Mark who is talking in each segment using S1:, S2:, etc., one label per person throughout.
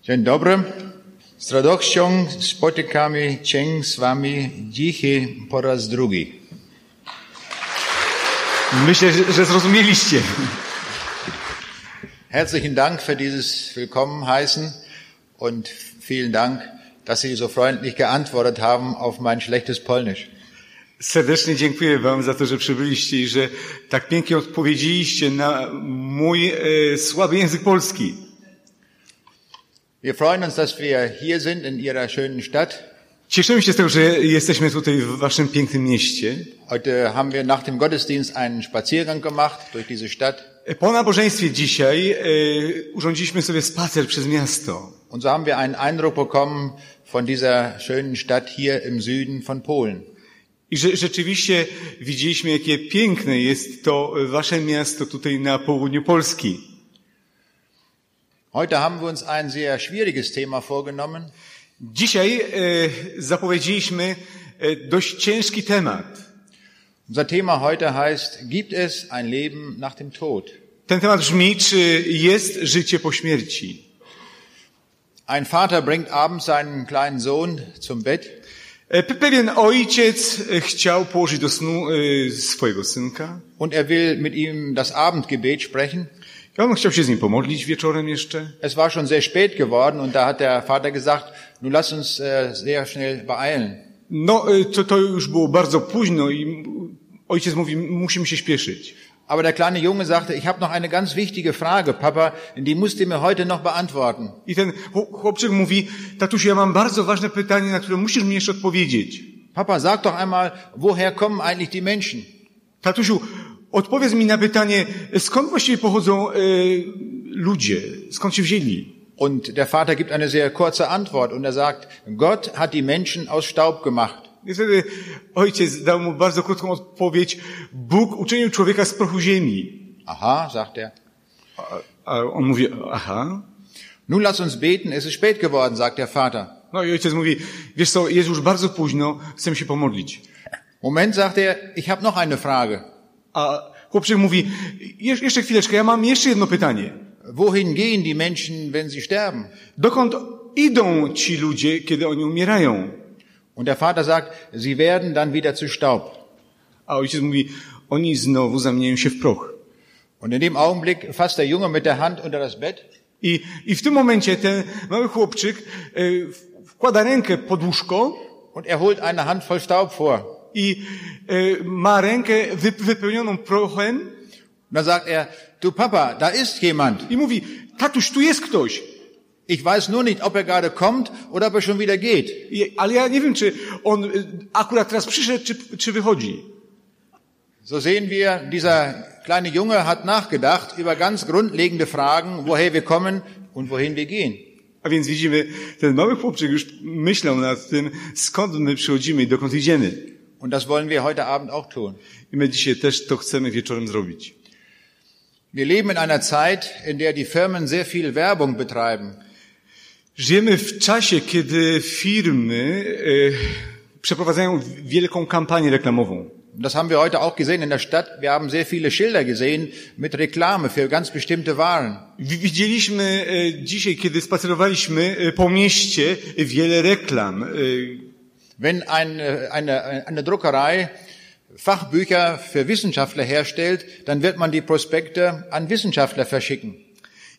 S1: Dzień dobry. Z radością spotykamy się z Wami dzisiaj po raz drugi.
S2: Myślę, że, że zrozumieliście.
S1: Herzlichen Dank für dieses Willkommenheißen und vielen Dank, dass Sie so freundlich geantwortet haben auf mein schlechtes Polnisch.
S2: Serdecznie dziękuję Wam za to, że przybyliście i że tak pięknie odpowiedzieliście na mój e, słaby język polski.
S1: Wir freuen uns, dass wir hier sind in Ihrer schönen Stadt.
S2: Cieszymy się z tego, że jesteśmy tutaj w Waszym pięknym mieście.
S1: Heute haben wir nach dem Gottesdienst einen Spaziergang gemacht durch diese Stadt.
S2: E, Po nabożeństwie dzisiaj e, urządziliśmy sobie spacer przez miasto.
S1: Und so haben wir einen Eindruck bekommen von dieser schönen Stadt hier im Süden von Polen.
S2: I że, rzeczywiście widzieliśmy, jakie piękne jest to e, Wasze miasto tutaj na południu Polski.
S1: Heute haben wir uns ein sehr schwieriges Thema vorgenommen.
S2: Dzisiaj e, zapowiedzieliśmy e, dość ciężki temat.
S1: Unser Thema heute heißt, gibt es ein Leben nach dem Tod?
S2: Ten temat brzmi, czy jest życie po śmierci?
S1: Ein Vater bringt abends seinen kleinen Sohn zum Bett
S2: E, pe- Pewien ojciec e, chciał położyć do snu e, swojego synka.
S1: und er will mit ihm das Abendgebet sprechen.
S2: I On chciał się z nim pomodlić wieczorem jeszcze.
S1: Es war schon sehr spät geworden und da hat der Vater gesagt, nun lass uns äh, sehr schnell beeilen.
S2: No, e, to, to już było bardzo późno i m- ojciec mówi, musimy się śpieszyć.
S1: Aber der kleine Junge sagte, ich habe noch eine ganz wichtige Frage, Papa, die musst du mir heute noch beantworten.
S2: I ten chł- chłopczyk mówi, tatusiu, ja mam bardzo ważne pytanie, na które musisz mi jeszcze odpowiedzieć.
S1: Papa, sag doch einmal, woher kommen eigentlich die Menschen?
S2: Tatusiu, odpowiedz mi na pytanie, skąd właściwie pochodzą e, ludzie? Skąd się wzięli?
S1: Und der Vater gibt eine sehr kurze Antwort und er sagt, Gott hat die Menschen aus Staub gemacht.
S2: I wtedy ojciec dał mu bardzo krótką odpowiedź. Bóg uczynił człowieka z prochu ziemi.
S1: Aha, sagt er.
S2: A on mówi, aha.
S1: Nun lass uns beten, es ist spät geworden, sagt der Vater.
S2: No i ojciec mówi, wiesz co, jest już bardzo późno, chcę się pomodlić.
S1: Moment, sagt er, ich habe noch eine Frage.
S2: A chłopczyk mówi, "Jesz- jeszcze chwileczkę, ja mam jeszcze jedno pytanie.
S1: Wohin gehen die Menschen, wenn sie sterben?
S2: Dokąd idą ci ludzie, kiedy oni umierają?
S1: Und der Vater sagt, sie werden dann wieder zu Staub.
S2: A ojciec mówi, oni znowu zamieniają się w proch.
S1: Und in dem Augenblick fasst der Junge mit der Hand unter das Bett
S2: I, i w tym momencie ten mały chłopczyk e, w- wkłada rękę pod łóżko
S1: und er holt eine Handvoll Staub vor.
S2: i e, ma rękę wy, wypełnioną prochem
S1: Und dann sagt er, du Papa, da ist jemand.
S2: i mówi, tatuś, tu jest ktoś.
S1: Ich weiß nur nicht, ob er gerade kommt oder ob er schon wieder geht.
S2: I, ale ja nie wiem, czy on e, akurat teraz przyszedł, czy, czy wychodzi.
S1: So sehen wir, dieser kleine Junge hat nachgedacht über ganz grundlegende Fragen, woher wir kommen und wohin wir gehen.
S2: A więc widzimy, ten mały chłopczyk już myślał nad tym, skąd my przychodzimy i dokąd idziemy.
S1: Und das wollen wir heute Abend auch tun.
S2: I my dzisiaj też to chcemy wieczorem zrobić.
S1: Wir leben in einer Zeit, in der die Firmen sehr viel Werbung betreiben.
S2: Żyjemy w czasie, kiedy firmy e, przeprowadzają wielką kampanię reklamową.
S1: Und das haben wir heute auch gesehen in der Stadt. Wir haben sehr viele Schilder gesehen mit Reklame für ganz bestimmte Waren.
S2: Wi- Widzieliśmy e, dzisiaj, kiedy spacerowaliśmy e, po mieście, e, wiele reklam. e,
S1: Wenn eine, eine, äh, eine Druckerei Fachbücher für Wissenschaftler herstellt, dann wird man die Prospekte an Wissenschaftler verschicken.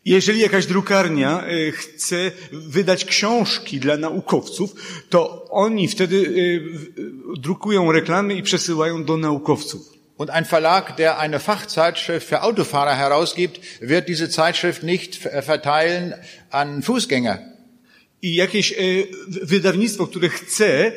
S2: Jeżeli jakaś drukarnia e, chce wydać książki dla naukowców, to oni wtedy e, w- drukują reklamy i przesyłają do naukowców.
S1: Und ein Verlag, der eine Fachzeitschrift für Autofahrer herausgibt, wird diese Zeitschrift nicht äh, verteilen an Fußgänger.
S2: I jakieś e, w- wydawnictwo, które chce e,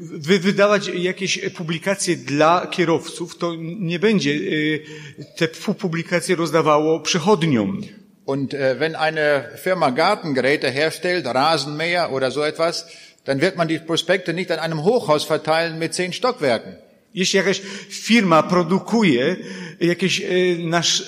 S2: wy- wydawać jakieś publikacje dla kierowców, to nie będzie e, te pu- publikacje rozdawało przychodniom.
S1: Und äh, wenn eine Firma Gartengeräte herstellt, Rasenmäher oder so etwas, dann wird man die Prospekte nicht an einem Hochhaus verteilen mit zehn Stockwerken.
S2: Jeśli jakaś firma produkuje jakieś e, nasz, e,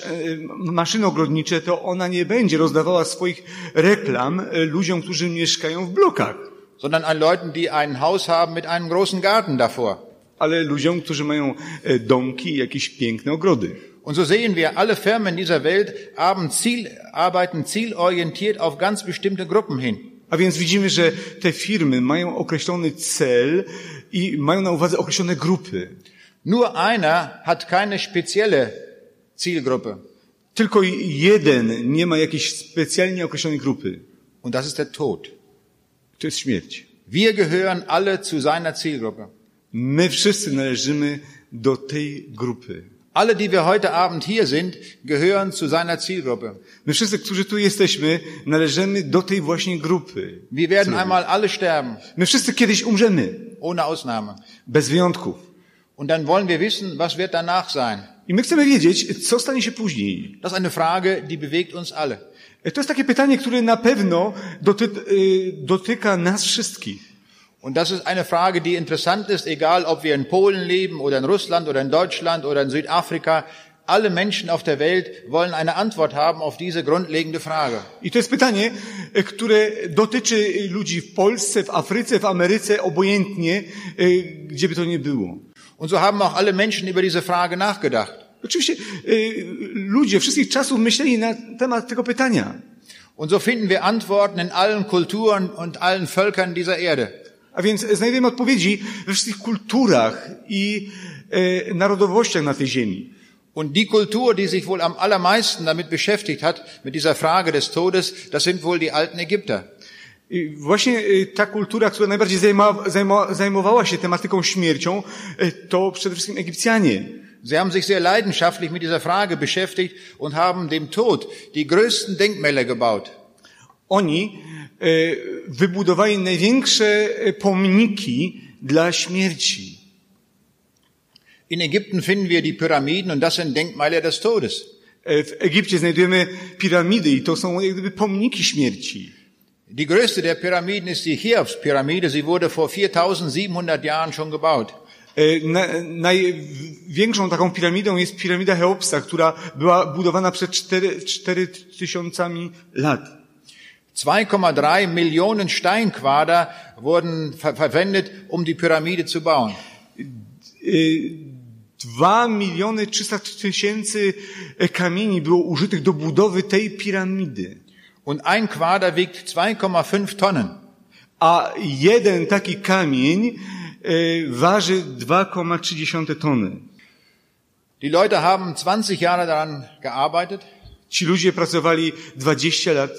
S2: maszyny ogrodnicze, to ona nie będzie rozdawała swoich reklam e, ludziom, którzy mieszkają w blokach,
S1: sondern an Leuten, die ein Haus haben mit einem großen Garten davor.
S2: ale ludziom, którzy mają e, domki i jakieś piękne ogrody.
S1: Und so sehen wir, alle Firmen dieser Welt haben Ziel, arbeiten zielorientiert auf ganz bestimmte Gruppen hin.
S2: A więc widzimy, że te firmy mają określony cel i mają na uwadze określone grupy.
S1: Nur einer hat keine spezielle Zielgruppe.
S2: Tylko jeden nie ma jakiejś specjalnie określonej grupy.
S1: Und das ist der Tod.
S2: To jest śmierć.
S1: Wir gehören alle zu seiner Zielgruppe.
S2: My wszyscy należymy do tej grupy.
S1: Alle, die wir heute Abend hier sind, gehören zu seiner Zielgruppe.
S2: My wszyscy, którzy tu jesteśmy, należymy do tej właśnie grupy.
S1: Wir werden einmal alle sterben,
S2: My wszyscy kiedyś umrzemy,
S1: ohne Ausnahme.
S2: bez wyjątków.
S1: Und dann wollen wir wissen, was wird danach sein.
S2: I my chcemy wiedzieć, co stanie się później.
S1: Das ist eine Frage, die bewegt uns alle.
S2: To jest takie pytanie, które na pewno doty y, dotyka nas wszystkich.
S1: Und das ist eine Frage, die interessant ist, egal ob wir in Polen leben oder in Russland oder in Deutschland oder in Südafrika. Alle Menschen auf der Welt wollen eine Antwort haben auf diese grundlegende Frage.
S2: I to jest pytanie, y, które dotyczy y, ludzi w Polsce, w Afryce, w Ameryce, obojętnie, y, gdzie by to nie było.
S1: Und so haben auch alle Menschen über diese Frage nachgedacht.
S2: Oczywiście y, ludzie wszystkich czasów myśleli na temat tego pytania.
S1: Und so finden wir Antworten in allen Kulturen und allen Völkern dieser Erde.
S2: A więc znajdziemy odpowiedzi we wszystkich kulturach i e, narodowościach na tej ziemi.
S1: Und die Kultur, die sich wohl am allermeisten damit beschäftigt hat, mit dieser Frage des Todes, das sind wohl die alten Ägypter.
S2: I właśnie e, ta kultura, która najbardziej zajma, zajma, zajmowała się tematyką śmiercią, e, to przede wszystkim Egipcjanie.
S1: Sie haben sich sehr leidenschaftlich mit dieser Frage beschäftigt und haben dem Tod die größten Denkmäler gebaut.
S2: Oni e, wybudowali największe e, pomniki dla śmierci.
S1: In Ägypten finden wir die Pyramiden und das sind Denkmäler des Todes.
S2: E, w Egipcie znajdujemy piramidy i to są jak gdyby pomniki śmierci.
S1: Die größte der Pyramiden ist die Cheops-Pyramide. Sie wurde vor 4700 Jahren schon gebaut.
S2: E, Na, największą taką piramidą jest piramida Cheopsa, która była budowana przed 4, 4 tysiącami lat. E,
S1: 2,3 Millionen Steinquader wurden ver verwendet, um die Pyramide zu bauen.
S2: Y, 2 miliony 300 tysięcy e, kamieni było użytych do budowy tej piramidy.
S1: Und ein Quader wiegt 2,5 Tonnen.
S2: A jeden taki kamień e, waży 2,3 tony.
S1: Die Leute haben 20 Jahre daran gearbeitet
S2: Ci ludzie pracowali 20 lat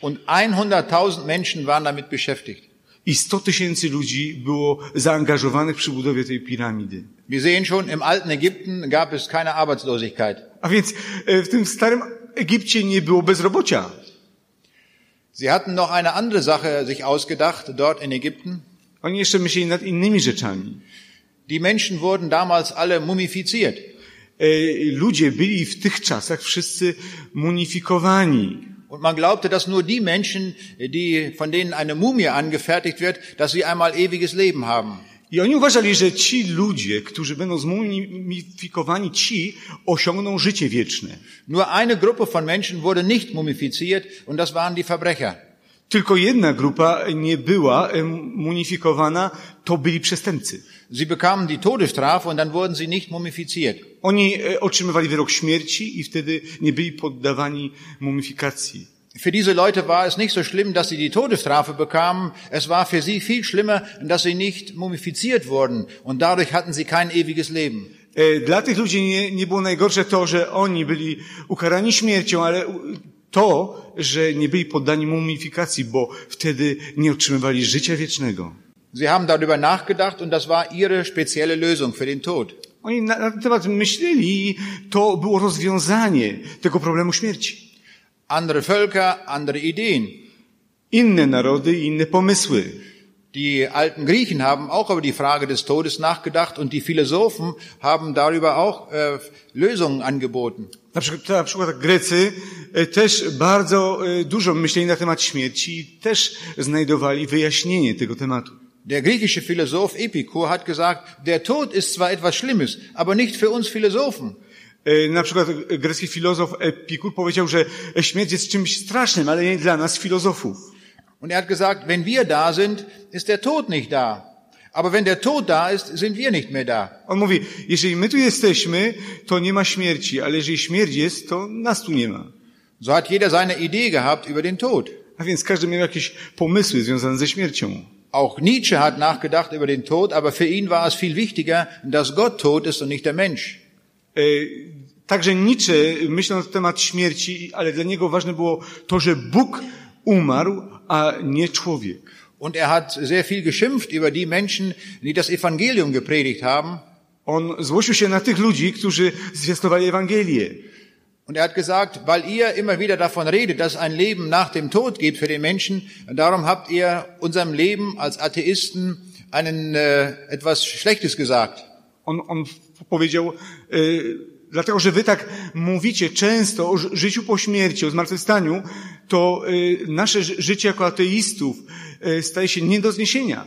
S1: und 100.000 Menschen waren damit beschäftigt.
S2: i 100 tysięcy ludzi było zaangażowanych przy budowie tej piramidy.
S1: Wir sehen schon, im alten Ägypten gab es keine Arbeitslosigkeit.
S2: A więc e, w tym starym Egipcie nie było bezrobocia.
S1: Sie hatten noch eine andere Sache sich ausgedacht dort in Ägypten.
S2: Oni jeszcze myśleli nad innymi rzeczami.
S1: Die Menschen wurden damals alle mumifiziert.
S2: E, Ludzie byli w tych czasach wszyscy munifikowani.
S1: Und man glaubte, dass nur die Menschen, die, von denen eine Mumie angefertigt wird, dass sie einmal ewiges Leben haben.
S2: I oni uważali, że ci ludzie, którzy będą zmumifikowani, ci osiągną życie wieczne.
S1: Nur eine Gruppe von Menschen wurde nicht mumifiziert und das waren die Verbrecher.
S2: Tylko jedna grupa nie była e, munifikowana, to byli przestępcy.
S1: Sie bekamen die Todesstrafe und dann wurden sie nicht mumifiziert.
S2: Oni e, otrzymywali wyrok śmierci i wtedy nie byli poddawani mumifikacji.
S1: Für diese Leute war es nicht so schlimm, dass sie die Todesstrafe bekamen. Es war für sie viel schlimmer, dass sie nicht mumifiziert wurden und dadurch hatten sie kein ewiges Leben.
S2: E, Dla tych ludzi nie, nie było najgorsze to, że oni byli ukarani śmiercią, ale u- to, że nie byli poddani mumifikacji, bo wtedy nie otrzymywali życia wiecznego.
S1: Sie haben darüber nachgedacht und das war ihre spezielle Lösung für den Tod.
S2: Oni na, na ten temat myśleli i to było rozwiązanie tego problemu śmierci.
S1: Andere Völker, andere Ideen.
S2: Inne narody, inne pomysły.
S1: Die alten Griechen haben auch über die Frage des Todes nachgedacht und die Philosophen haben darüber auch äh, Lösungen angeboten.
S2: Na przykład, na przykład Grecy e, też bardzo e, dużo myśleli na temat śmierci i też znajdowali wyjaśnienie tego tematu.
S1: Der griechische Philosoph Epikur hat gesagt, der Tod ist zwar etwas Schlimmes, aber nicht für uns Philosophen.
S2: E, Na przykład grecki filozof Epikur powiedział, że śmierć jest czymś strasznym, ale nie dla nas filozofów.
S1: Und er hat gesagt, wenn wir da sind, ist der Tod nicht da. Aber wenn der Tod da ist, sind wir nicht mehr da.
S2: On mówi, jeżeli my tu jesteśmy, to nie ma śmierci, ale jeżeli śmierć jest, to nas tu nie ma.
S1: So hat jeder seine Idee gehabt über den Tod.
S2: A więc każdy miał jakieś pomysły związane ze śmiercią.
S1: Auch Nietzsche hat nachgedacht über den Tod, aber für ihn war es viel wichtiger, dass Gott tot ist und nicht der Mensch.
S2: E, Także Nietzsche myślał na temat śmierci, ale dla niego ważne było to, że Bóg umarł, a nie człowiek.
S1: Und er hat sehr viel geschimpft über die Menschen, die das Evangelium gepredigt haben.
S2: On złościł się na tych ludzi, którzy zwiastowali Ewangelię.
S1: Und er hat gesagt, weil ihr immer wieder davon redet, dass es ein Leben nach dem Tod gibt für den Menschen, darum habt ihr unserem Leben als Atheisten einen, äh, etwas Schlechtes gesagt.
S2: On, on powiedział, e, dlatego że wy tak mówicie często o ży- życiu po śmierci, o zmartwychwstaniu, to e, nasze ży- życie jako ateistów e, staje się nie do zniesienia.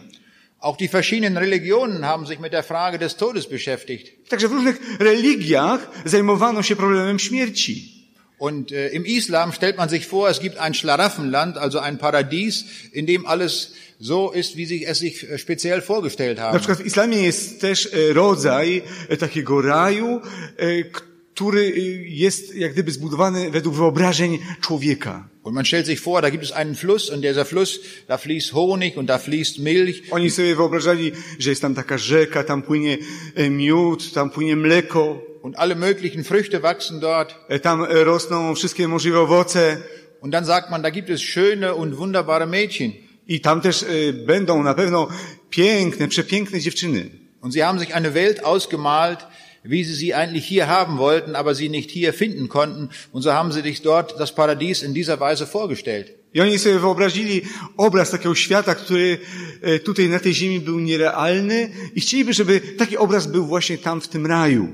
S1: Auch die verschiedenen Religionen haben sich mit der Frage des Todes beschäftigt.
S2: Także w różnych religiach zajmowano się problemem śmierci.
S1: Und äh, im Islam stellt man sich vor, es gibt ein Schlaraffenland, also ein Paradies, in dem alles so ist, wie sich es sich äh, speziell vorgestellt
S2: Na
S1: haben.
S2: przykład w islamie jest też e, rodzaj e, takiego raju, e, który e, jest jak gdyby zbudowany według wyobrażeń człowieka.
S1: Und man stellt sich vor, da gibt es einen Fluss und dieser Fluss, da fließt Honig und da fließt Milch
S2: Oni sobie wyobrażali, że jest tam taka rzeka, tam płynie e, miód, tam płynie mleko,
S1: und alle möglichen Früchte wachsen dort.
S2: e, tam e, rosną wszystkie możliwe owoce
S1: Und dann sagt man, da gibt es schöne und wunderbare Mädchen.
S2: i tam też e, będą na pewno piękne, przepiękne dziewczyny.
S1: Und sie haben sich eine Welt ausgemalt, wie sie sie eigentlich hier haben wollten, aber sie nicht hier finden konnten. Und so haben sie sich dort das Paradies in dieser Weise vorgestellt.
S2: I oni sobie wyobrazili obraz takiego świata, który e, tutaj na tej ziemi był nierealny i chcieliby, żeby taki obraz był właśnie tam w tym raju.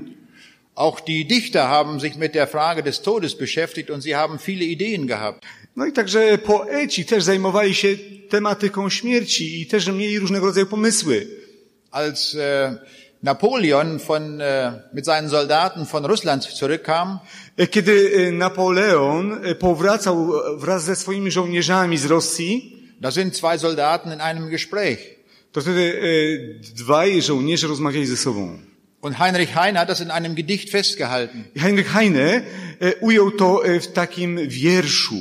S1: Auch die Dichter haben sich mit der Frage des Todes beschäftigt und sie haben viele Ideen gehabt.
S2: No i także poeci też zajmowali się tematyką śmierci i też mieli różnego rodzaju pomysły.
S1: Als äh, Napoleon von, äh, mit seinen Soldaten von Russland zurückkam,
S2: E, Kiedy e, Napoleon e, powracał e, wraz ze swoimi żołnierzami z Rosji,
S1: da sind zwei Soldaten in einem Gespräch.
S2: to wtedy e, dwaj żołnierze rozmawiali ze sobą.
S1: Und Heinrich Heine hat das in einem Gedicht festgehalten.
S2: I Heinrich Heine e, ujął to e, w takim wierszu.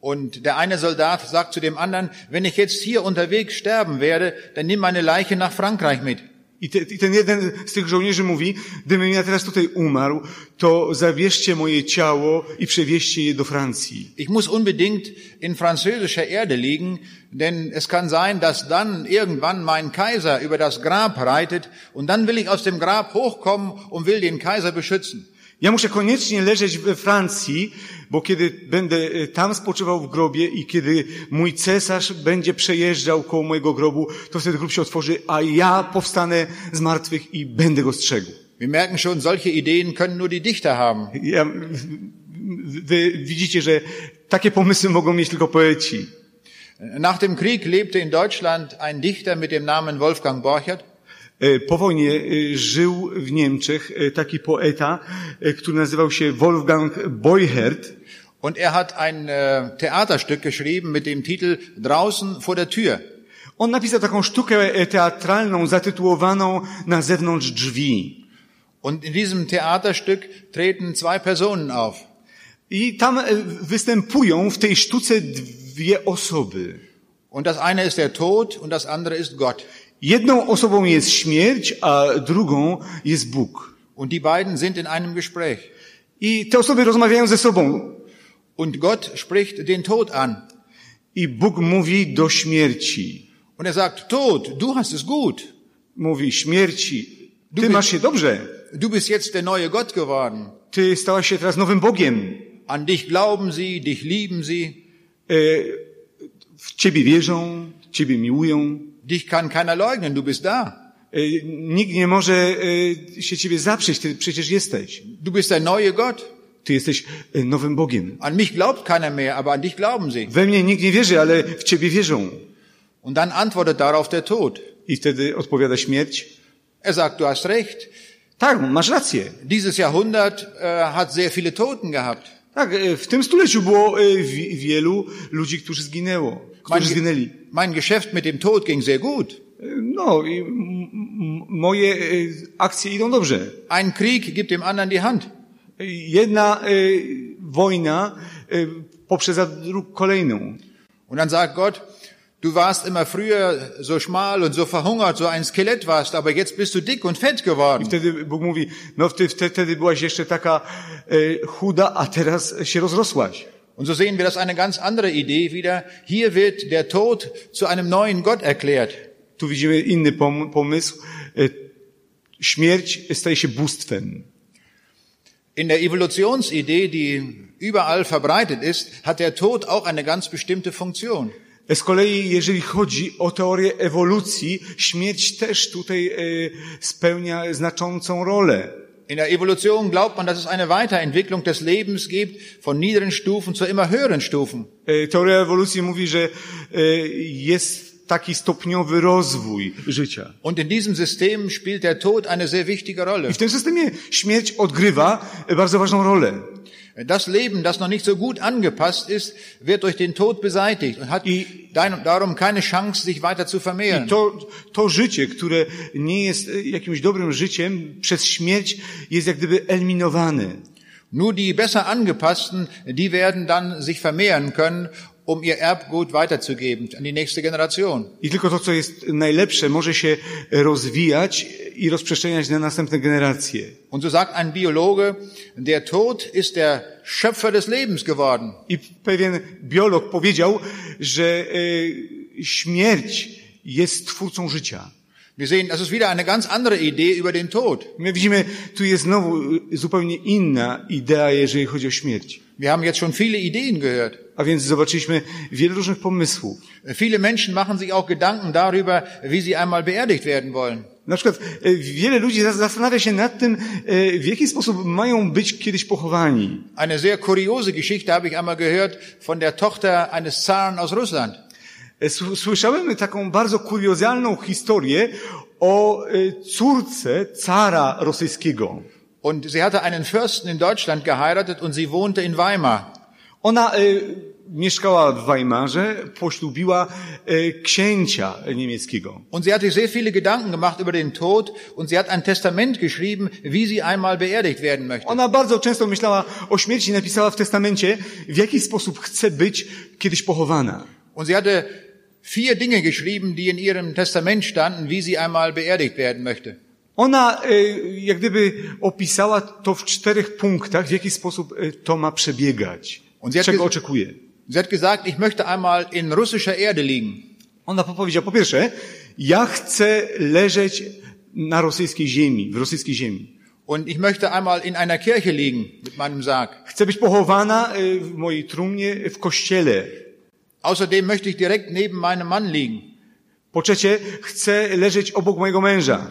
S1: Und der eine Soldat sagt zu dem anderen, wenn ich jetzt hier unterwegs sterben werde, dann nimm meine Leiche nach Frankreich mit.
S2: I, te, I ten jeden z tych żołnierzy mówi, gdybym ja teraz tutaj umarł, to zabierzcie moje ciało i przewieźcie je do Francji.
S1: Ich muss unbedingt in französischer Erde liegen, denn es kann sein, dass dann irgendwann mein Kaiser über das Grab reitet und dann will ich aus dem Grab hochkommen und will den Kaiser beschützen.
S2: Ja muszę koniecznie leżeć we Francji, bo kiedy będę e, tam spoczywał w grobie i kiedy mój cesarz będzie przejeżdżał koło mojego grobu, to wtedy grób się otworzy, a ja powstanę z martwych i będę go strzegł.
S1: Wir merken schon, solche Ideen können nur die Dichter haben.
S2: Ja, wy widzicie, że takie pomysły mogą mieć tylko poeci.
S1: Nach dem Krieg lebte in Deutschland ein Dichter mit dem Namen Wolfgang Borchert
S2: E, Po wojnie e, żył w Niemczech e, taki poeta, e, który nazywał się Wolfgang Boyhert.
S1: und er hat ein äh, Theaterstück geschrieben mit dem Titel Draußen vor der Tür.
S2: On napisał taką sztukę e, teatralną zatytułowaną Na zewnątrz drzwi.
S1: Und in diesem Theaterstück treten zwei Personen auf.
S2: I tam e, występują w tej sztuce dwie osoby.
S1: Und das eine ist der Tod und das andere ist Gott.
S2: Jedną osobą jest śmierć, a drugą jest Bóg.
S1: Und die beiden sind in einem Gespräch.
S2: I te osoby rozmawiają ze sobą.
S1: Und Gott spricht den Tod an.
S2: I Bóg mówi do śmierci.
S1: Und er sagt, Tod, du hast es gut.
S2: Mówi śmierci, ty
S1: Duby-
S2: masz się dobrze.
S1: Du bist jetzt der neue Gott geworden.
S2: Ty stałaś się teraz nowym Bogiem.
S1: An dich glauben sie, dich lieben sie.
S2: E, w ciebie wierzą, ciebie miłują.
S1: Dich kann keiner leugnen, du bist da.
S2: E, nikt nie może e, się ciebie zaprzeć, ty przecież jesteś.
S1: Du bist der neue Gott.
S2: Ty jesteś e, nowym Bogiem.
S1: An mich glaubt keiner mehr, aber an dich glauben sie.
S2: We mnie nikt nie wierzy, ale w ciebie wierzą.
S1: Und dann antwortet darauf der Tod.
S2: I wtedy odpowiada śmierć.
S1: Er sagt, du hast recht.
S2: Tak, masz rację.
S1: Dieses Jahrhundert äh, hat sehr viele Toten gehabt.
S2: Tak, e, w tym stuleciu było e, wi- wielu ludzi, którzy zginęło, którzy
S1: Ge-
S2: zginęli.
S1: mein Geschäft mit dem Tod ging sehr gut.
S2: E, No, No i m- m- moje y, akcje idą dobrze.
S1: Ein Krieg gibt dem anderen die Hand.
S2: Jedna y, wojna y, poprzedza drugą kolejną.
S1: Und dann sagt Gott, du warst immer früher so schmal und so verhungert, so ein Skelett warst, aber jetzt bist du dick und fett geworden.
S2: Wtedy Bóg mówi, no wtedy, wtedy byłaś jeszcze taka y, chuda, a teraz się rozrosłaś.
S1: Und so sehen wir das eine ganz andere Idee wieder. Hier wird der Tod zu einem neuen Gott erklärt.
S2: Tu widzimy inny pom- pomysł. Y, Śmierć staje się bóstwem.
S1: In der Evolutionsidee, die überall verbreitet ist, hat der Tod auch eine ganz bestimmte Funktion.
S2: E, Z kolei, jeżeli chodzi o teorię ewolucji, śmierć też tutaj y, spełnia znaczącą rolę.
S1: In der Evolution glaubt man, dass es eine Weiterentwicklung des Lebens gibt, von niederen Stufen zu immer höheren Stufen.
S2: Y, Teoria ewolucji mówi, że y, jest taki stopniowy rozwój życia.
S1: Und in diesem System spielt der Tod eine sehr wichtige Rolle.
S2: I w tym systemie śmierć odgrywa y, bardzo ważną rolę.
S1: Das Leben, das noch nicht so gut angepasst ist, wird durch den Tod beseitigt und hat
S2: I-
S1: dein- darum keine Chance, sich weiter zu vermehren.
S2: To, to życie, które nie jest y, jakimś dobrym życiem, przez śmierć jest jak gdyby eliminowane.
S1: Nur die besser angepassten, die werden dann sich vermehren können, um ihr Erbgut weiterzugeben an die nächste Generation.
S2: I tylko to, co jest najlepsze, może się rozwijać i rozprzestrzeniać na następne generacje.
S1: Und so sagt ein Biologe, der Tod ist der Schöpfer des Lebens geworden.
S2: I pewien biolog powiedział, że e, śmierć jest twórcą życia.
S1: Wir sehen, das ist wieder eine ganz andere Idee über den Tod.
S2: My widzimy, tu jest znowu e, zupełnie inna idea, jeżeli chodzi o śmierć.
S1: Wir haben jetzt schon viele Ideen gehört.
S2: A więc zobaczyliśmy wiele różnych pomysłów.
S1: Viele Menschen machen sich auch Gedanken darüber, wie sie einmal beerdigt werden wollen.
S2: Na przykład e, wiele ludzi za- zastanawia się nad tym, e, w jaki sposób mają być kiedyś pochowani.
S1: Eine sehr kuriose Geschichte habe ich einmal gehört von der Tochter eines Zaren aus Russland.
S2: E, s- Słyszałem taką bardzo kuriozalną historię o e, córce cara rosyjskiego.
S1: Und sie hatte einen Fürsten in Deutschland geheiratet und sie wohnte in Weimar.
S2: Ona e, mieszkała w Weimarze, poślubiła e, księcia niemieckiego.
S1: Und sie hat sich sehr viele Gedanken gemacht über den Tod und sie hat ein Testament geschrieben, wie sie einmal beerdigt werden möchte.
S2: Ona bardzo często myślała o śmierci i napisała w testamencie, w jaki sposób chce być kiedyś pochowana.
S1: Und sie hatte vier Dinge geschrieben, die in ihrem Testament standen, wie sie einmal beerdigt werden möchte.
S2: Ona e, jak gdyby opisała to w czterech punktach, w jaki sposób e, to ma przebiegać,
S1: On zjadł-
S2: czego oczekuje.
S1: Sie hat gesagt, ich möchte einmal in russischer Erde liegen.
S2: Ona powiedziała, po pierwsze, ja chcę leżeć na rosyjskiej ziemi, w rosyjskiej ziemi.
S1: Und ich möchte einmal in einer Kirche liegen mit meinem Sarg.
S2: Chcę być pochowana e, w mojej trumnie e, w kościele.
S1: Außerdem möchte ich direkt neben meinem Mann liegen.
S2: Po trzecie, chcę leżeć obok mojego męża.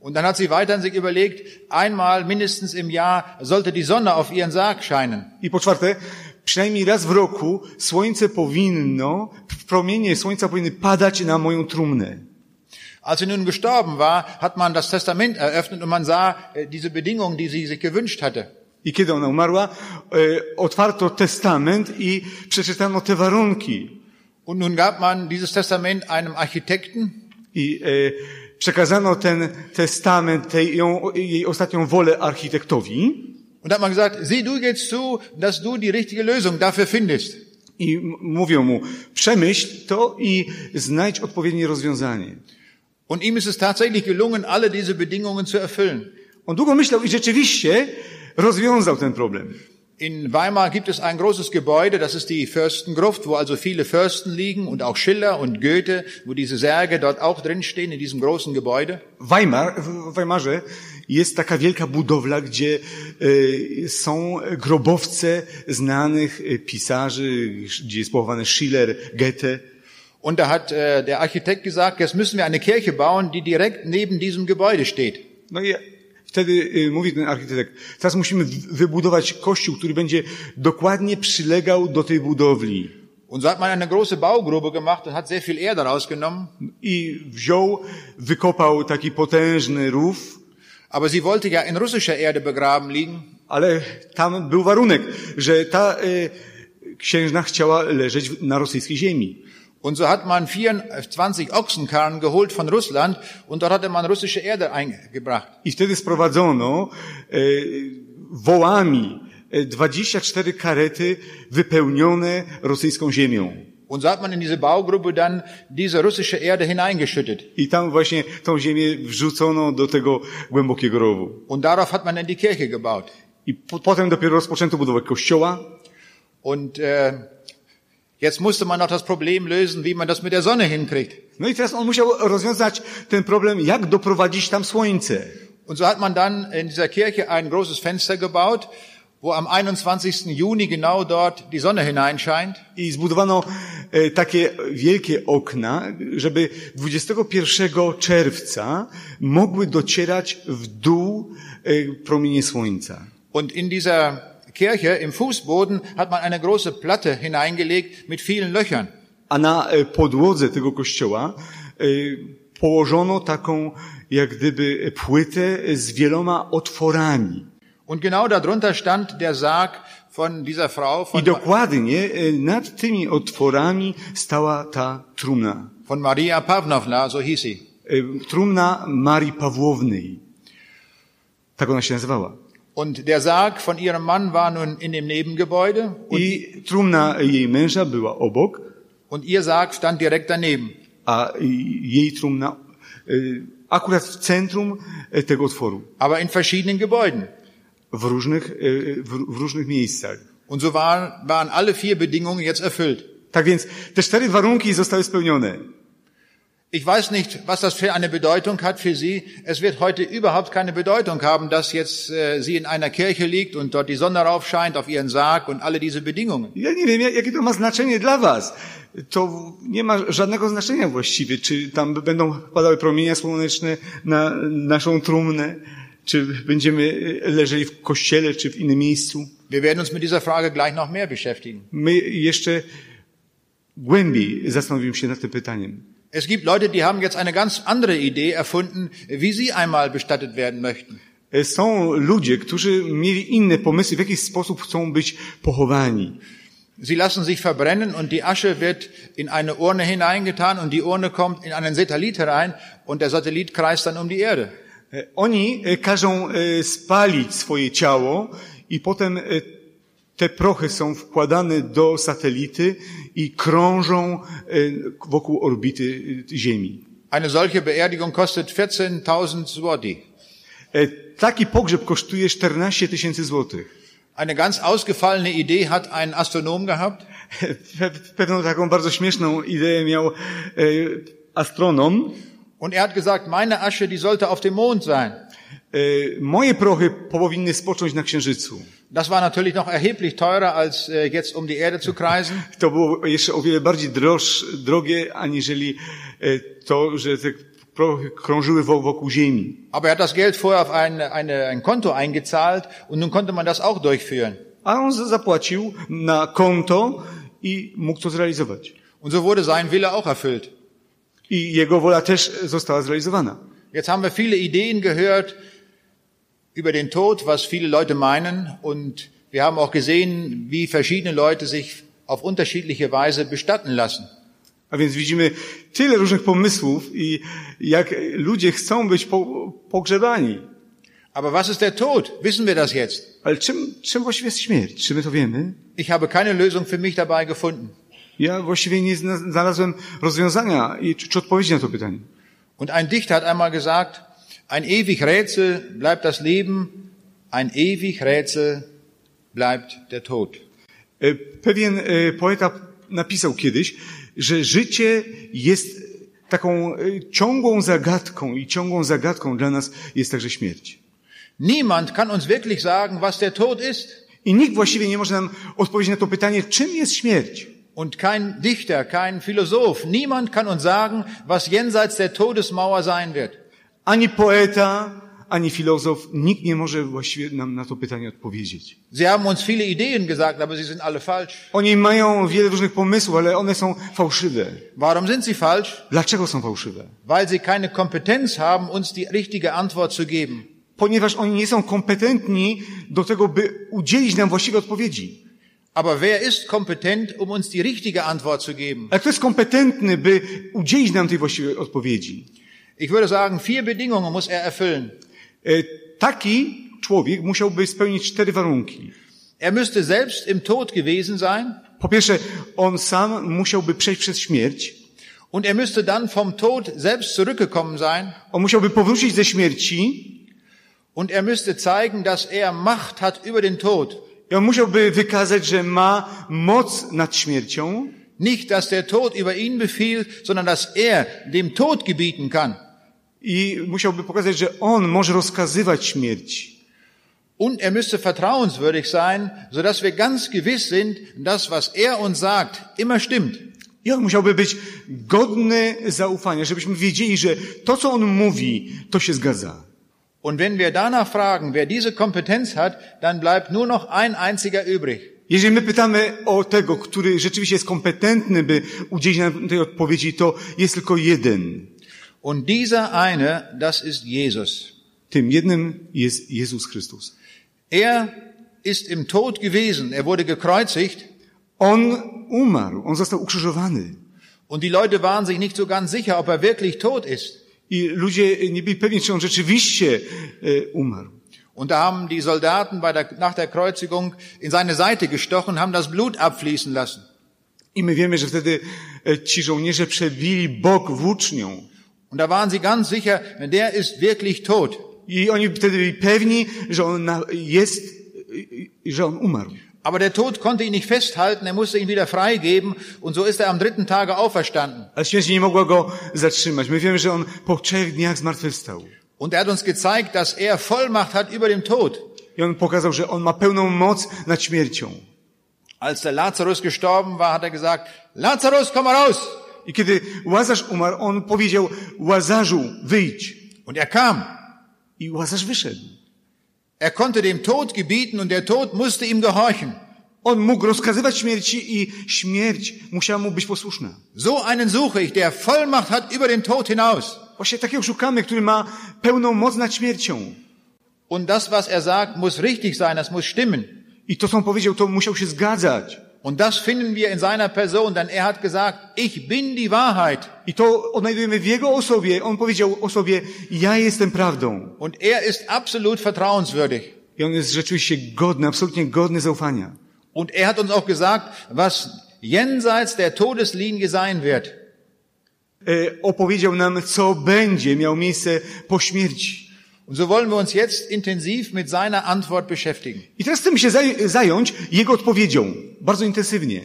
S1: Und dann hat sie weiterhin sich überlegt, einmal mindestens im Jahr sollte die Sonne auf ihren Sarg scheinen.
S2: I po czwarte, przynajmniej raz w roku słońce powinno, promienie słońca powinny padać na moją trumnę.
S1: Als sie nun gestorben war, hat man das Testament eröffnet und man sah äh, diese Bedingungen, die sie sich gewünscht hatte.
S2: I kiedy ona umarła, e, otwarto testament i przeczytano te warunki.
S1: Und nun gab man dieses Testament einem Architekten
S2: I e, przekazano ten testament, tej, ją, jej ostatnią wolę architektowi.
S1: und hat man gesagt, sieh du jetzt zu, dass du die richtige Lösung dafür findest.
S2: I m- mówią mu, przemyśl to i znajdź odpowiednie rozwiązanie.
S1: Und ihm ist es tatsächlich gelungen, alle diese Bedingungen zu erfüllen.
S2: On długo myślał i rzeczywiście rozwiązał ten problem.
S1: In Weimar gibt es ein großes Gebäude, das ist die Fürstengruft, wo also viele Fürsten liegen und auch Schiller und Goethe, wo diese Särge dort auch drinstehen in diesem großen Gebäude.
S2: Weimar, w Weimarze jest taka wielka budowla, gdzie e, są grobowce znanych e, pisarzy, gdzie jest pochowany Schiller, Goethe.
S1: Und da hat äh, der Architekt gesagt, jetzt müssen wir eine Kirche bauen, die direkt neben diesem Gebäude steht.
S2: No i wtedy e, mówi ten architekt, teraz musimy w- wybudować kościół, który będzie dokładnie przylegał do tej budowli.
S1: Und so hat man eine große Baugrube gemacht und hat sehr viel Erde rausgenommen.
S2: I wziął, wykopał taki potężny rów,
S1: Aber sie wollte ja in russischer Erde begraben liegen.
S2: ale tam był warunek, że ta e, księżna chciała leżeć w- na rosyjskiej ziemi.
S1: Und so hat man 24 Ochsenkarren geholt von Russland und dort hatte man russische Erde eingebracht.
S2: I wtedy sprowadzono e, wołami e, 24 karety wypełnione rosyjską ziemią.
S1: Und so hat man in diese Baugruppe dann diese russische Erde hineingeschüttet.
S2: I tam właśnie tą ziemię wrzucono do tego głębokiego rowu.
S1: Und darauf hat man dann die Kirche gebaut.
S2: I po, potem dopiero rozpoczęto budowę kościoła.
S1: Und äh, jetzt musste man noch das Problem lösen, wie man das mit der Sonne hinkriegt.
S2: No i teraz on musiał rozwiązać ten problem, jak doprowadzić tam słońce.
S1: Und so hat man dann in dieser Kirche ein großes Fenster gebaut, wo am 21. Juni genau dort die Sonne hineinscheint.
S2: I zbudowano e, takie wielkie okna, żeby 21 czerwca mogły docierać w dół e, promienie słońca.
S1: Und in dieser Kirche im Fußboden hat man eine große Platte hineingelegt mit vielen Löchern.
S2: A na e, podłodze tego kościoła e, położono taką jak gdyby płytę z wieloma otworami.
S1: Und genau darunter stand der Sarg von dieser Frau,
S2: I
S1: von,
S2: dokładnie e, nad tymi otworami stała ta trumna.
S1: von Maria Pavlovna, so hieß sie.
S2: E, Trumna Marii Pawłownej. Tak ona się nazywała.
S1: Und der Sarg von ihrem Mann war nun in dem Nebengebäude
S2: I trumna jej męża była obok,
S1: und ihr Sarg stand direkt daneben.
S2: a jej trumna e, akurat w centrum e, tego otworu,
S1: aber in verschiedenen Gebäuden.
S2: w różnych, e, w, w różnych miejscach.
S1: Und so waren, waren alle vier Bedingungen jetzt erfüllt.
S2: Tak więc te cztery warunki zostały spełnione.
S1: Ich weiß nicht, was das für eine Bedeutung hat für Sie. Es wird heute überhaupt keine Bedeutung haben, dass jetzt äh, sie in einer Kirche liegt und dort die Sonne raufscheint auf ihren Sarg und alle diese Bedingungen.
S2: Ja nie wiem, ja- jakie to ma znaczenie dla was. To nie ma żadnego znaczenia właściwie, czy tam będą padały promienie słoneczne na naszą trumnę, czy będziemy leżeli w kościele, czy w innym miejscu.
S1: Wir werden uns mit dieser Frage gleich noch mehr beschäftigen.
S2: My jeszcze głębiej zastanowimy się nad tym pytaniem.
S1: Es gibt Leute, die haben jetzt eine ganz andere Idee erfunden, wie sie einmal bestattet werden möchten.
S2: E, Są ludzie, którzy mieli inne pomysły, w jaki sposób chcą być pochowani.
S1: Sie lassen sich verbrennen und die Asche wird in eine Urne hineingetan und die Urne kommt in einen Satellit herein und der Satellit kreist dann um die Erde.
S2: E, Oni e, każą e, spalić swoje ciało i potem e, te prochy są wkładane do satelity i krążą e, wokół orbity e, Ziemi.
S1: Eine solche Beerdigung kostet 14.000 Swati.
S2: E, Taki pogrzeb kosztuje 14 tysięcy złotych.
S1: Eine ganz ausgefallene Idee hat ein Astronom gehabt.
S2: E, Pe- Pewną taką bardzo śmieszną ideę miał e, astronom.
S1: Und er hat gesagt, meine Asche, die sollte auf dem Mond sein.
S2: E, Moje prochy powinny spocząć na Księżycu.
S1: Das war natürlich noch erheblich teurer, als äh, jetzt um die Erde zu kreisen.
S2: To było jeszcze o wiele bardziej droż, drogie, aniżeli e, to, że te prochy krążyły wo- wokół Ziemi.
S1: Aber er hat das Geld vorher auf ein, eine, ein Konto eingezahlt und nun konnte man das auch durchführen.
S2: A on za- zapłacił na konto i mógł to zrealizować.
S1: Und so wurde sein Wille auch erfüllt.
S2: I jego wola też została zrealizowana.
S1: Jetzt haben wir viele Ideen gehört über den Tod, was viele Leute meinen. Und wir haben auch gesehen, wie verschiedene Leute sich auf unterschiedliche Weise bestatten lassen.
S2: A więc widzimy tyle różnych pomysłów i jak ludzie chcą być po, pogrzebani.
S1: Aber was ist der Tod? Wissen wir das jetzt?
S2: Ale czym, czym właściwie jest śmierć? Czy my to wiemy?
S1: Ich habe keine Lösung für mich dabei gefunden.
S2: Ja właściwie nie zna- znalazłem rozwiązania i, czy, czy odpowiedzi na to pytanie.
S1: Und ein Dichter hat einmal gesagt, ein ewig Rätsel bleibt das Leben, ein ewig Rätsel bleibt der Tod.
S2: E, Pewien e, poeta napisał kiedyś, że życie jest taką e, ciągłą zagadką i ciągłą zagadką dla nas jest także śmierć.
S1: Niemand kann uns wirklich sagen, was der Tod ist.
S2: I nikt właściwie nie może nam odpowiedzieć na to pytanie, czym jest śmierć.
S1: Und kein Dichter, kein Philosoph, niemand kann uns sagen, was jenseits der Todesmauer sein wird.
S2: Ani poeta, ani filozof, nikt nie może właściwie nam na to pytanie odpowiedzieć.
S1: Sie haben uns viele Ideen gesagt, aber sie sind alle falsch.
S2: Oni mają wiele różnych pomysłów, ale one są fałszywe.
S1: Warum sind sie falsch?
S2: Dlaczego są fałszywe?
S1: Weil sie keine Kompetenz haben, uns die richtige Antwort zu geben.
S2: Ponieważ oni nie są kompetentni do tego, by udzielić nam właściwej odpowiedzi.
S1: Aber wer ist kompetent, um uns die richtige Antwort zu geben?
S2: Ale kto jest kompetentny, by udzielić nam tej właściwej odpowiedzi?
S1: Ich würde sagen, vier Bedingungen muss er erfüllen.
S2: E, Taki człowiek musiałby spełnić cztery warunki.
S1: Er müsste selbst im Tod gewesen sein
S2: Po pierwsze, on sam musiałby przejść przez śmierć.
S1: und er müsste dann vom Tod selbst zurückgekommen sein
S2: On musiałby powrócić ze śmierci.
S1: und er müsste zeigen, dass er Macht hat über den Tod.
S2: I on musiałby wykazać, że ma moc nad śmiercią.
S1: Nicht, dass der Tod über ihn befiehlt, sondern dass er dem Tod gebieten kann.
S2: I musiałby pokazać, że on może rozkazywać śmierć.
S1: Und er müsste vertrauenswürdig sein, sodass wir ganz gewiss sind, dass was er uns sagt, immer stimmt.
S2: I on musiałby być godny zaufania, żebyśmy wiedzieli, że to, co on mówi, to się zgadza.
S1: Und wenn wir danach fragen, wer diese Kompetenz hat, dann bleibt nur noch ein einziger übrig.
S2: Jeżeli my pytamy o tego, który rzeczywiście jest kompetentny, by udzielić nam tej odpowiedzi, to jest tylko jeden.
S1: Und dieser eine, das ist Jesus.
S2: Tym jednym jest Jezus Chrystus.
S1: Er ist im Tod gewesen, er wurde gekreuzigt
S2: On umarł, on został ukrzyżowany.
S1: und die Leute waren sich nicht so ganz sicher, ob er wirklich tot ist.
S2: I ludzie nie byli pewni, czy on rzeczywiście e, umarł.
S1: Und da haben die Soldaten bei der, nach der Kreuzigung in seine Seite gestochen, haben das Blut abfließen lassen.
S2: I my wiemy, że wtedy e, ci żołnierze przebili bok włócznią.
S1: Und da waren sie ganz sicher, der ist wirklich tot.
S2: I oni wtedy byli pewni, że on na- jest, e, e, że on umarł.
S1: Aber der Tod konnte ihn nicht festhalten, er musste ihn wieder freigeben und so ist er am dritten Tage auferstanden.
S2: Ale śmierć nie mogła go zatrzymać. My wiemy, że on po trzech dniach zmartwychwstał.
S1: Und er hat uns gezeigt, dass er Vollmacht hat über dem Tod.
S2: I on pokazał, że on ma pełną moc nad śmiercią.
S1: Als der Lazarus gestorben war, hat er gesagt, Lazarus, komm mal raus!
S2: I kiedy Łazarz umarł, on powiedział, Łazarzu, wyjdź.
S1: Und er kam.
S2: I Łazarz wyszedł.
S1: Er konnte dem Tod gebieten und der Tod musste ihm gehorchen.
S2: On mógł rozkazywać śmierci i śmierć musiała mu być posłuszna.
S1: So einen suche ich, der Vollmacht hat über den Tod hinaus.
S2: Właśnie takiego szukamy, który ma pełną moc nad śmiercią.
S1: Und das, was er sagt, muss richtig sein, das muss stimmen.
S2: I to, co on powiedział, to musiał się zgadzać.
S1: Und das finden wir in seiner Person, denn er hat gesagt, ich bin die Wahrheit.
S2: I to odnajdujemy w jego osobie. On powiedział o sobie, ja jestem prawdą.
S1: Und er ist absolut vertrauenswürdig.
S2: I on jest rzeczywiście godny, absolutnie godny zaufania.
S1: Und er hat uns auch gesagt, was jenseits der Todeslinie sein wird.
S2: E, opowiedział nam, co będzie miał miejsce po śmierci.
S1: Und so wollen wir uns jetzt intensiv mit seiner Antwort beschäftigen.
S2: I teraz chcemy się zaj- zająć jego odpowiedzią. Bardzo intensywnie.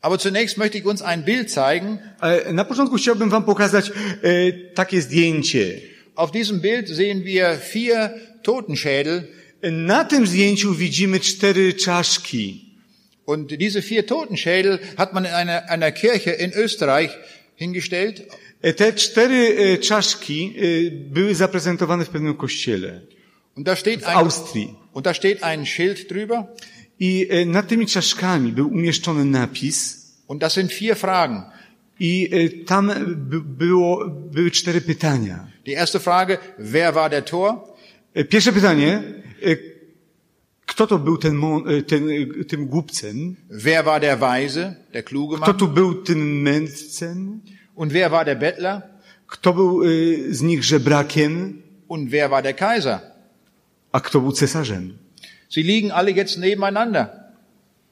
S1: Aber zunächst möchte ich uns ein Bild zeigen.
S2: E, na początku chciałbym wam pokazać e, takie zdjęcie.
S1: Auf diesem Bild sehen wir vier Totenschädel.
S2: Na tym zdjęciu widzimy cztery czaszki.
S1: Und diese vier Totenschädel hat man in einer, einer Kirche in Österreich hingestellt.
S2: E, Te cztery e, czaszki e, były zaprezentowane w pewnym kościele
S1: Und da steht
S2: w
S1: ein,
S2: Austrii.
S1: und da steht ein Schild drüber.
S2: I e, nad tymi czaszkami był umieszczony napis
S1: Und das sind vier Fragen.
S2: i e, tam by- było, były cztery pytania.
S1: Die erste Frage, wer war der Tor?
S2: E, Pierwsze pytanie, e, kto to był ten, mo- e, ten, e, tym głupcem?
S1: Wer war der Weise, der kluge
S2: Kto
S1: Mann?
S2: tu był tym mędrcem?
S1: Und wer war der Bettler?
S2: Kto był e, z nich żebrakiem?
S1: Und wer war der Kaiser?
S2: A kto był cesarzem?
S1: Sie liegen alle jetzt nebeneinander.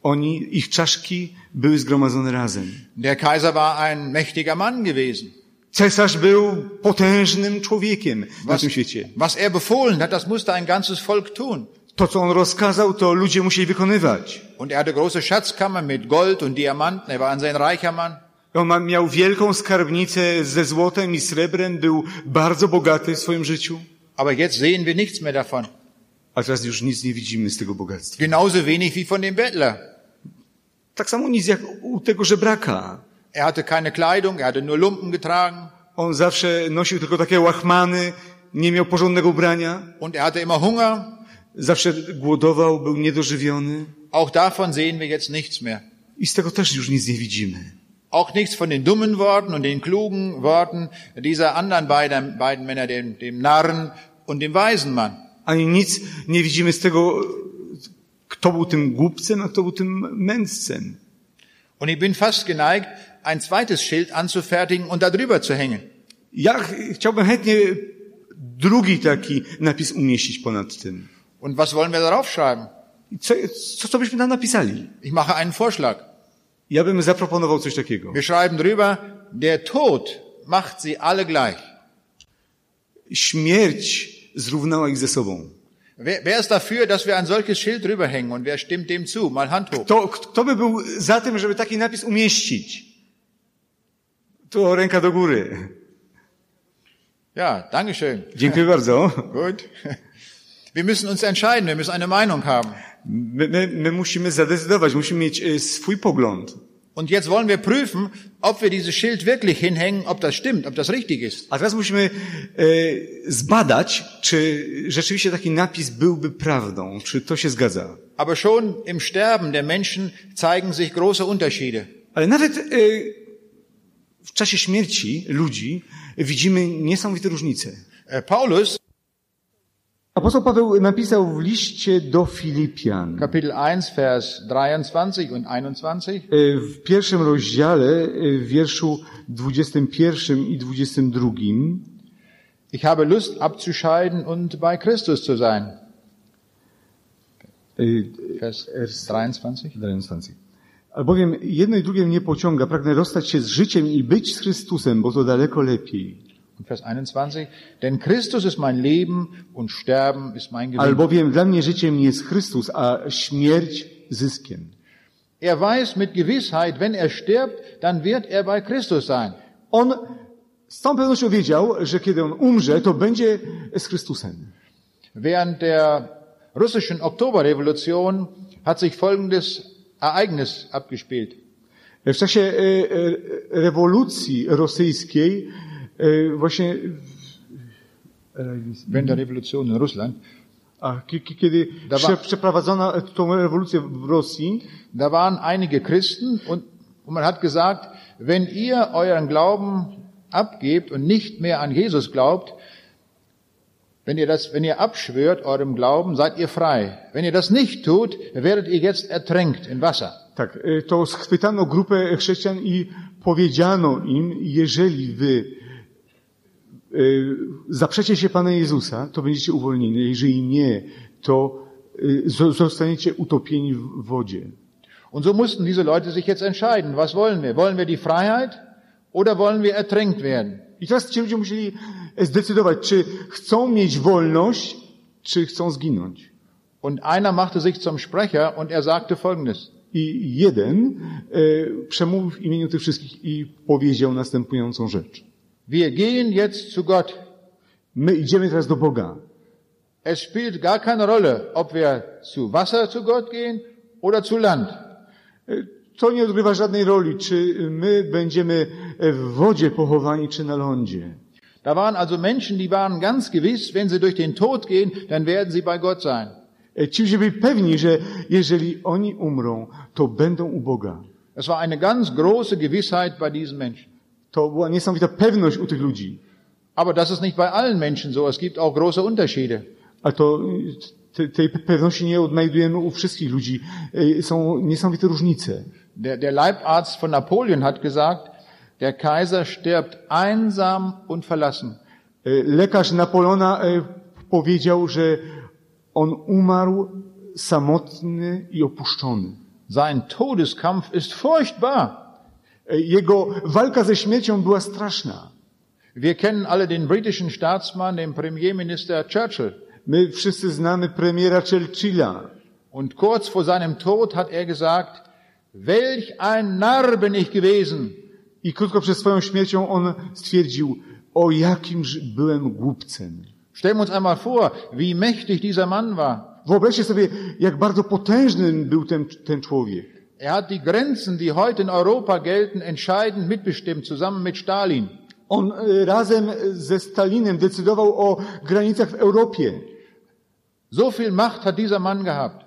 S2: Oni, ich czaszki były zgromadzone razem.
S1: Der Kaiser war ein mächtiger Mann gewesen.
S2: Cesarz był potężnym człowiekiem na
S1: Was,
S2: tym świecie.
S1: was er befohlen hat, das musste ein ganzes Volk tun.
S2: To, co on rozkazał, to ludzie musieli wykonywać.
S1: Und er hatte große Schatzkammern mit Gold und Diamanten. Er war ein sehr reicher Mann.
S2: On ma- miał wielką skarbnicę ze złotem i srebrem, był bardzo bogaty w swoim życiu,
S1: Aber jetzt sehen wir nichts mehr davon.
S2: a teraz już nic nie widzimy z tego bogactwa.
S1: Genauso wenig wie von dem Bettler.
S2: Tak samo nic jak u tego żebraka.
S1: Er hatte keine Kleidung, er hatte nur Lumpen getragen
S2: On zawsze nosił tylko takie łachmany, nie miał porządnego ubrania,
S1: und er hatte immer Hunger.
S2: zawsze głodował, był niedożywiony
S1: Auch davon sehen wir jetzt nichts mehr.
S2: i z tego też już nic nie widzimy.
S1: Auch nichts von den dummen Worten und den klugen Worten dieser anderen beiden, beiden Männer, dem, dem Narren und dem weisen Mann.
S2: ani nic nie widzimy z tego, Kto był tym głupcem, a kto był tym mędrcem?
S1: Und ich bin fast geneigt, ein zweites Schild anzufertigen und da drüber zu hängen.
S2: Ja ch- chciałbym chętnie drugi taki napis umieścić ponad tym.
S1: Und was wollen wir darauf schreiben?
S2: I Co, co, co byśmy tam napisali?
S1: Ich mache einen Vorschlag.
S2: Ja bym zaproponował coś takiego.
S1: Wir schreiben drüber, der Tod macht sie alle gleich.
S2: Śmierć zrównała ich ze sobą.
S1: Wer, wer ist dafür, dass wir ein solches Schild drüber hängen und wer stimmt dem zu? Mal Hand hoch.
S2: To, kto by był za tym, żeby taki napis umieścić? Tu ręka do góry.
S1: Ja, Dankeschön.
S2: Dziękuję bardzo.
S1: Gut. Wir müssen uns entscheiden, wir müssen eine Meinung haben.
S2: My, my, my musimy zadecydować, musimy mieć e, swój pogląd.
S1: Und jetzt wollen wir prüfen, ob wir dieses Schild wirklich hinhängen, ob das stimmt, ob das richtig ist.
S2: A teraz musimy e, zbadać, czy rzeczywiście taki napis byłby prawdą, czy to się zgadza.
S1: Aber schon im Sterben der Menschen zeigen sich große Unterschiede.
S2: Ale nawet e, w czasie śmierci ludzi widzimy niesamowite różnice.
S1: Äh, Paulus,
S2: Apostoł Paweł napisał w liście do Filipian e,
S1: Kapitel 1, Vers 23 und 21.
S2: e, w pierwszym rozdziale, e, w wierszu 21 i 22.
S1: Ich habe Lust abzuscheiden und bei Christus zu sein.
S2: e,
S1: Vers
S2: Vers
S1: 23.
S2: 24. Albowiem jedno i drugie mnie pociąga, pragnę rozstać się z życiem i być z Chrystusem, bo to daleko lepiej.
S1: Und Vers 21. Denn Christus ist mein Leben und Sterben ist mein Gewinn.
S2: Albowiem dla mnie życiem jest Chrystus, a śmierć zyskiem.
S1: Er weiß mit Gewissheit, wenn er stirbt, dann wird er bei Christus sein.
S2: On z całą pewnością wiedział, że kiedy on umrze, to będzie z Chrystusem.
S1: Während der russischen Oktoberrevolution hat sich folgendes Ereignis abgespielt.
S2: W czasie e, e, rewolucji rosyjskiej e, właśnie e,
S1: Während der Revolution in Russland,
S2: a, ki- ki- kiedy
S1: Dawa-
S2: prze, przeprowadzono tą rewolucję w Rosji,
S1: da waren einige Christen und, und man hat gesagt, wenn ihr euren Glauben abgebt und nicht mehr an Jesus glaubt, wenn ihr das, wenn ihr abschwört eurem Glauben, seid ihr frei. Wenn ihr das nicht tut, werdet ihr jetzt ertränkt in Wasser.
S2: tak, e, to schwytano grupę chrześcijan i powiedziano im, jeżeli wy e, zaprzecie się Pana Jezusa, to będziecie uwolnieni, jeżeli nie, to e, zo- zostaniecie utopieni w wodzie.
S1: Und so mussten diese Leute sich jetzt entscheiden, was wollen wir? Wollen wir die Freiheit oder wollen wir ertränkt werden?
S2: I teraz ci ludzie musieli e, zdecydować, czy chcą mieć wolność, czy chcą zginąć.
S1: Und einer machte sich zum Sprecher und er sagte Folgendes.
S2: I jeden e, przemówił w imieniu tych wszystkich i powiedział następującą rzecz.
S1: Wir gehen jetzt zu Gott.
S2: My idziemy teraz do Boga.
S1: Es spielt gar keine Rolle, ob wir zu Wasser zu Gott gehen oder zu Land.
S2: To nie odgrywa żadnej roli, czy my będziemy e, w wodzie pochowani, czy na lądzie.
S1: Da waren also Menschen, die waren ganz gewiss, wenn sie durch den Tod gehen, dann werden sie bei Gott sein.
S2: E, Ci ludzie byli pewni, że jeżeli oni umrą, to będą u Boga.
S1: Es war eine ganz große Gewissheit bei diesen Menschen.
S2: To była niesamowita pewność u tych ludzi.
S1: Aber das ist nicht bei allen Menschen so. Es gibt auch große Unterschiede.
S2: A to y, te, tej pewności nie odnajdujemy u wszystkich ludzi. Y, Są niesamowite różnice. E,
S1: Der, der Leibarzt von Napoleon hat gesagt, der Kaiser stirbt einsam und verlassen.
S2: Y, Lekarz Napoleona y, powiedział, że on umarł samotny i opuszczony.
S1: Sein Todeskampf ist furchtbar.
S2: Y, Jego walka ze śmiercią była straszna.
S1: Wir kennen alle den britischen Staatsmann, den Premierminister Churchill.
S2: My wszyscy znamy premiera Churchilla.
S1: Und kurz vor seinem Tod hat er gesagt, welch ein Narr bin ich gewesen.
S2: I krótko przed swoją śmiercią on stwierdził, o jakimż byłem głupcem.
S1: Stellen wir uns einmal vor, wie mächtig dieser Mann war.
S2: Wyobraźcie sobie, jak bardzo potężnym był ten, ten człowiek.
S1: Er hat die Grenzen, die heute in Europa gelten, entscheidend mitbestimmt, zusammen mit Stalin.
S2: On y, razem ze Stalinem decydował o granicach w Europie.
S1: So viel Macht hat dieser Mann gehabt.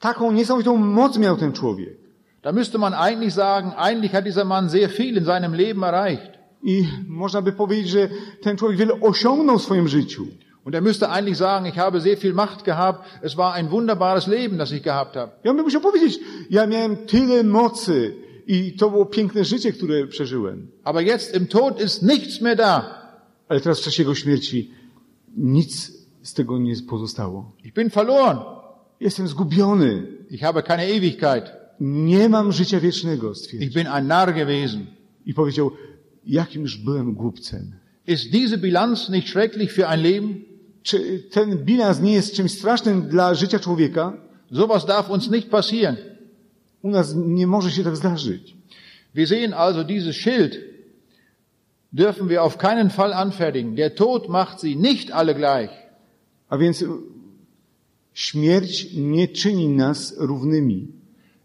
S2: Taką niesamowitą moc miał ten człowiek.
S1: Da müsste man eigentlich sagen, eigentlich hat dieser Mann sehr viel in seinem Leben erreicht.
S2: I można by powiedzieć, że ten człowiek wiele osiągnął w swoim życiu.
S1: Und Und er müsste eigentlich sagen, ich habe sehr viel Macht gehabt, es war ein wunderbares Leben, das ich gehabt habe.
S2: I on by musiał powiedzieć, ja miałem tyle mocy i to było piękne życie, które przeżyłem.
S1: Aber jetzt im Tod ist nichts mehr da.
S2: Ale teraz w czasie jego śmierci nic z tego nie pozostało.
S1: Ich bin verloren.
S2: Jestem zgubiony.
S1: Ich habe keine Ewigkeit.
S2: Nie mam życia wiecznego, stwierdził.
S1: Ich bin ein Narr gewesen.
S2: I powiedział, jakimż byłem głupcem.
S1: Ist diese Bilanz nicht schrecklich für ein Leben?
S2: Czy ten bilans nie jest czymś strasznym dla życia człowieka?
S1: Sowas darf uns nicht passieren.
S2: U nas nie może się tak zdarzyć.
S1: Wir sehen also dieses Schild dürfen wir auf keinen Fall anfertigen. Der Tod macht sie nicht alle gleich.
S2: A więc y, śmierć nie czyni nas równymi.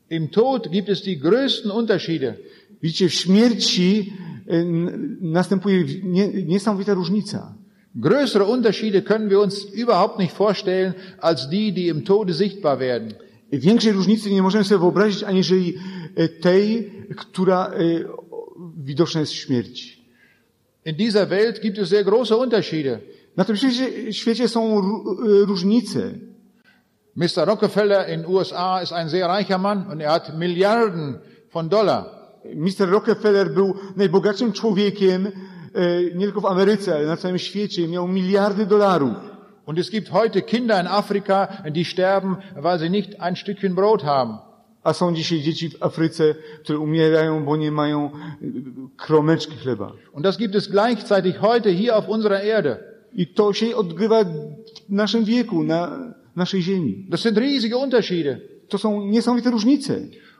S1: Im Tod gibt es die größten Unterschiede.
S2: Widzicie, w śmierci y, n- następuje w- nie, niesamowita różnica.
S1: Größere Unterschiede können wir uns überhaupt nicht vorstellen als die, die im Tode sichtbar werden.
S2: Większej różnicy nie możemy sobie wyobrazić, aniżeli y, tej, która y, o- widoczna jest w śmierci.
S1: In dieser Welt gibt es sehr große Unterschiede.
S2: Na tym świecie, świecie są ró- y, różnice.
S1: Mr. Rockefeller in USA ist ein sehr reicher Mann und er hat Milliarden von Dollar.
S2: Mr. Rockefeller był najbogatszym człowiekiem e, nie tylko w Ameryce, ale na całym świecie. Miał miliardy dolarów.
S1: Und es gibt heute Kinder in Afrika, die sterben, weil sie nicht ein Stückchen Brot haben.
S2: A są dzisiaj dzieci w Afryce, które umierają, bo nie mają e, kromeczki chleba.
S1: Und das gibt es gleichzeitig heute hier auf unserer Erde.
S2: I to się odgrywa w naszym wieku, na naszej ziemi.
S1: Das sind riesige Unterschiede.
S2: To są niesamowite różnice.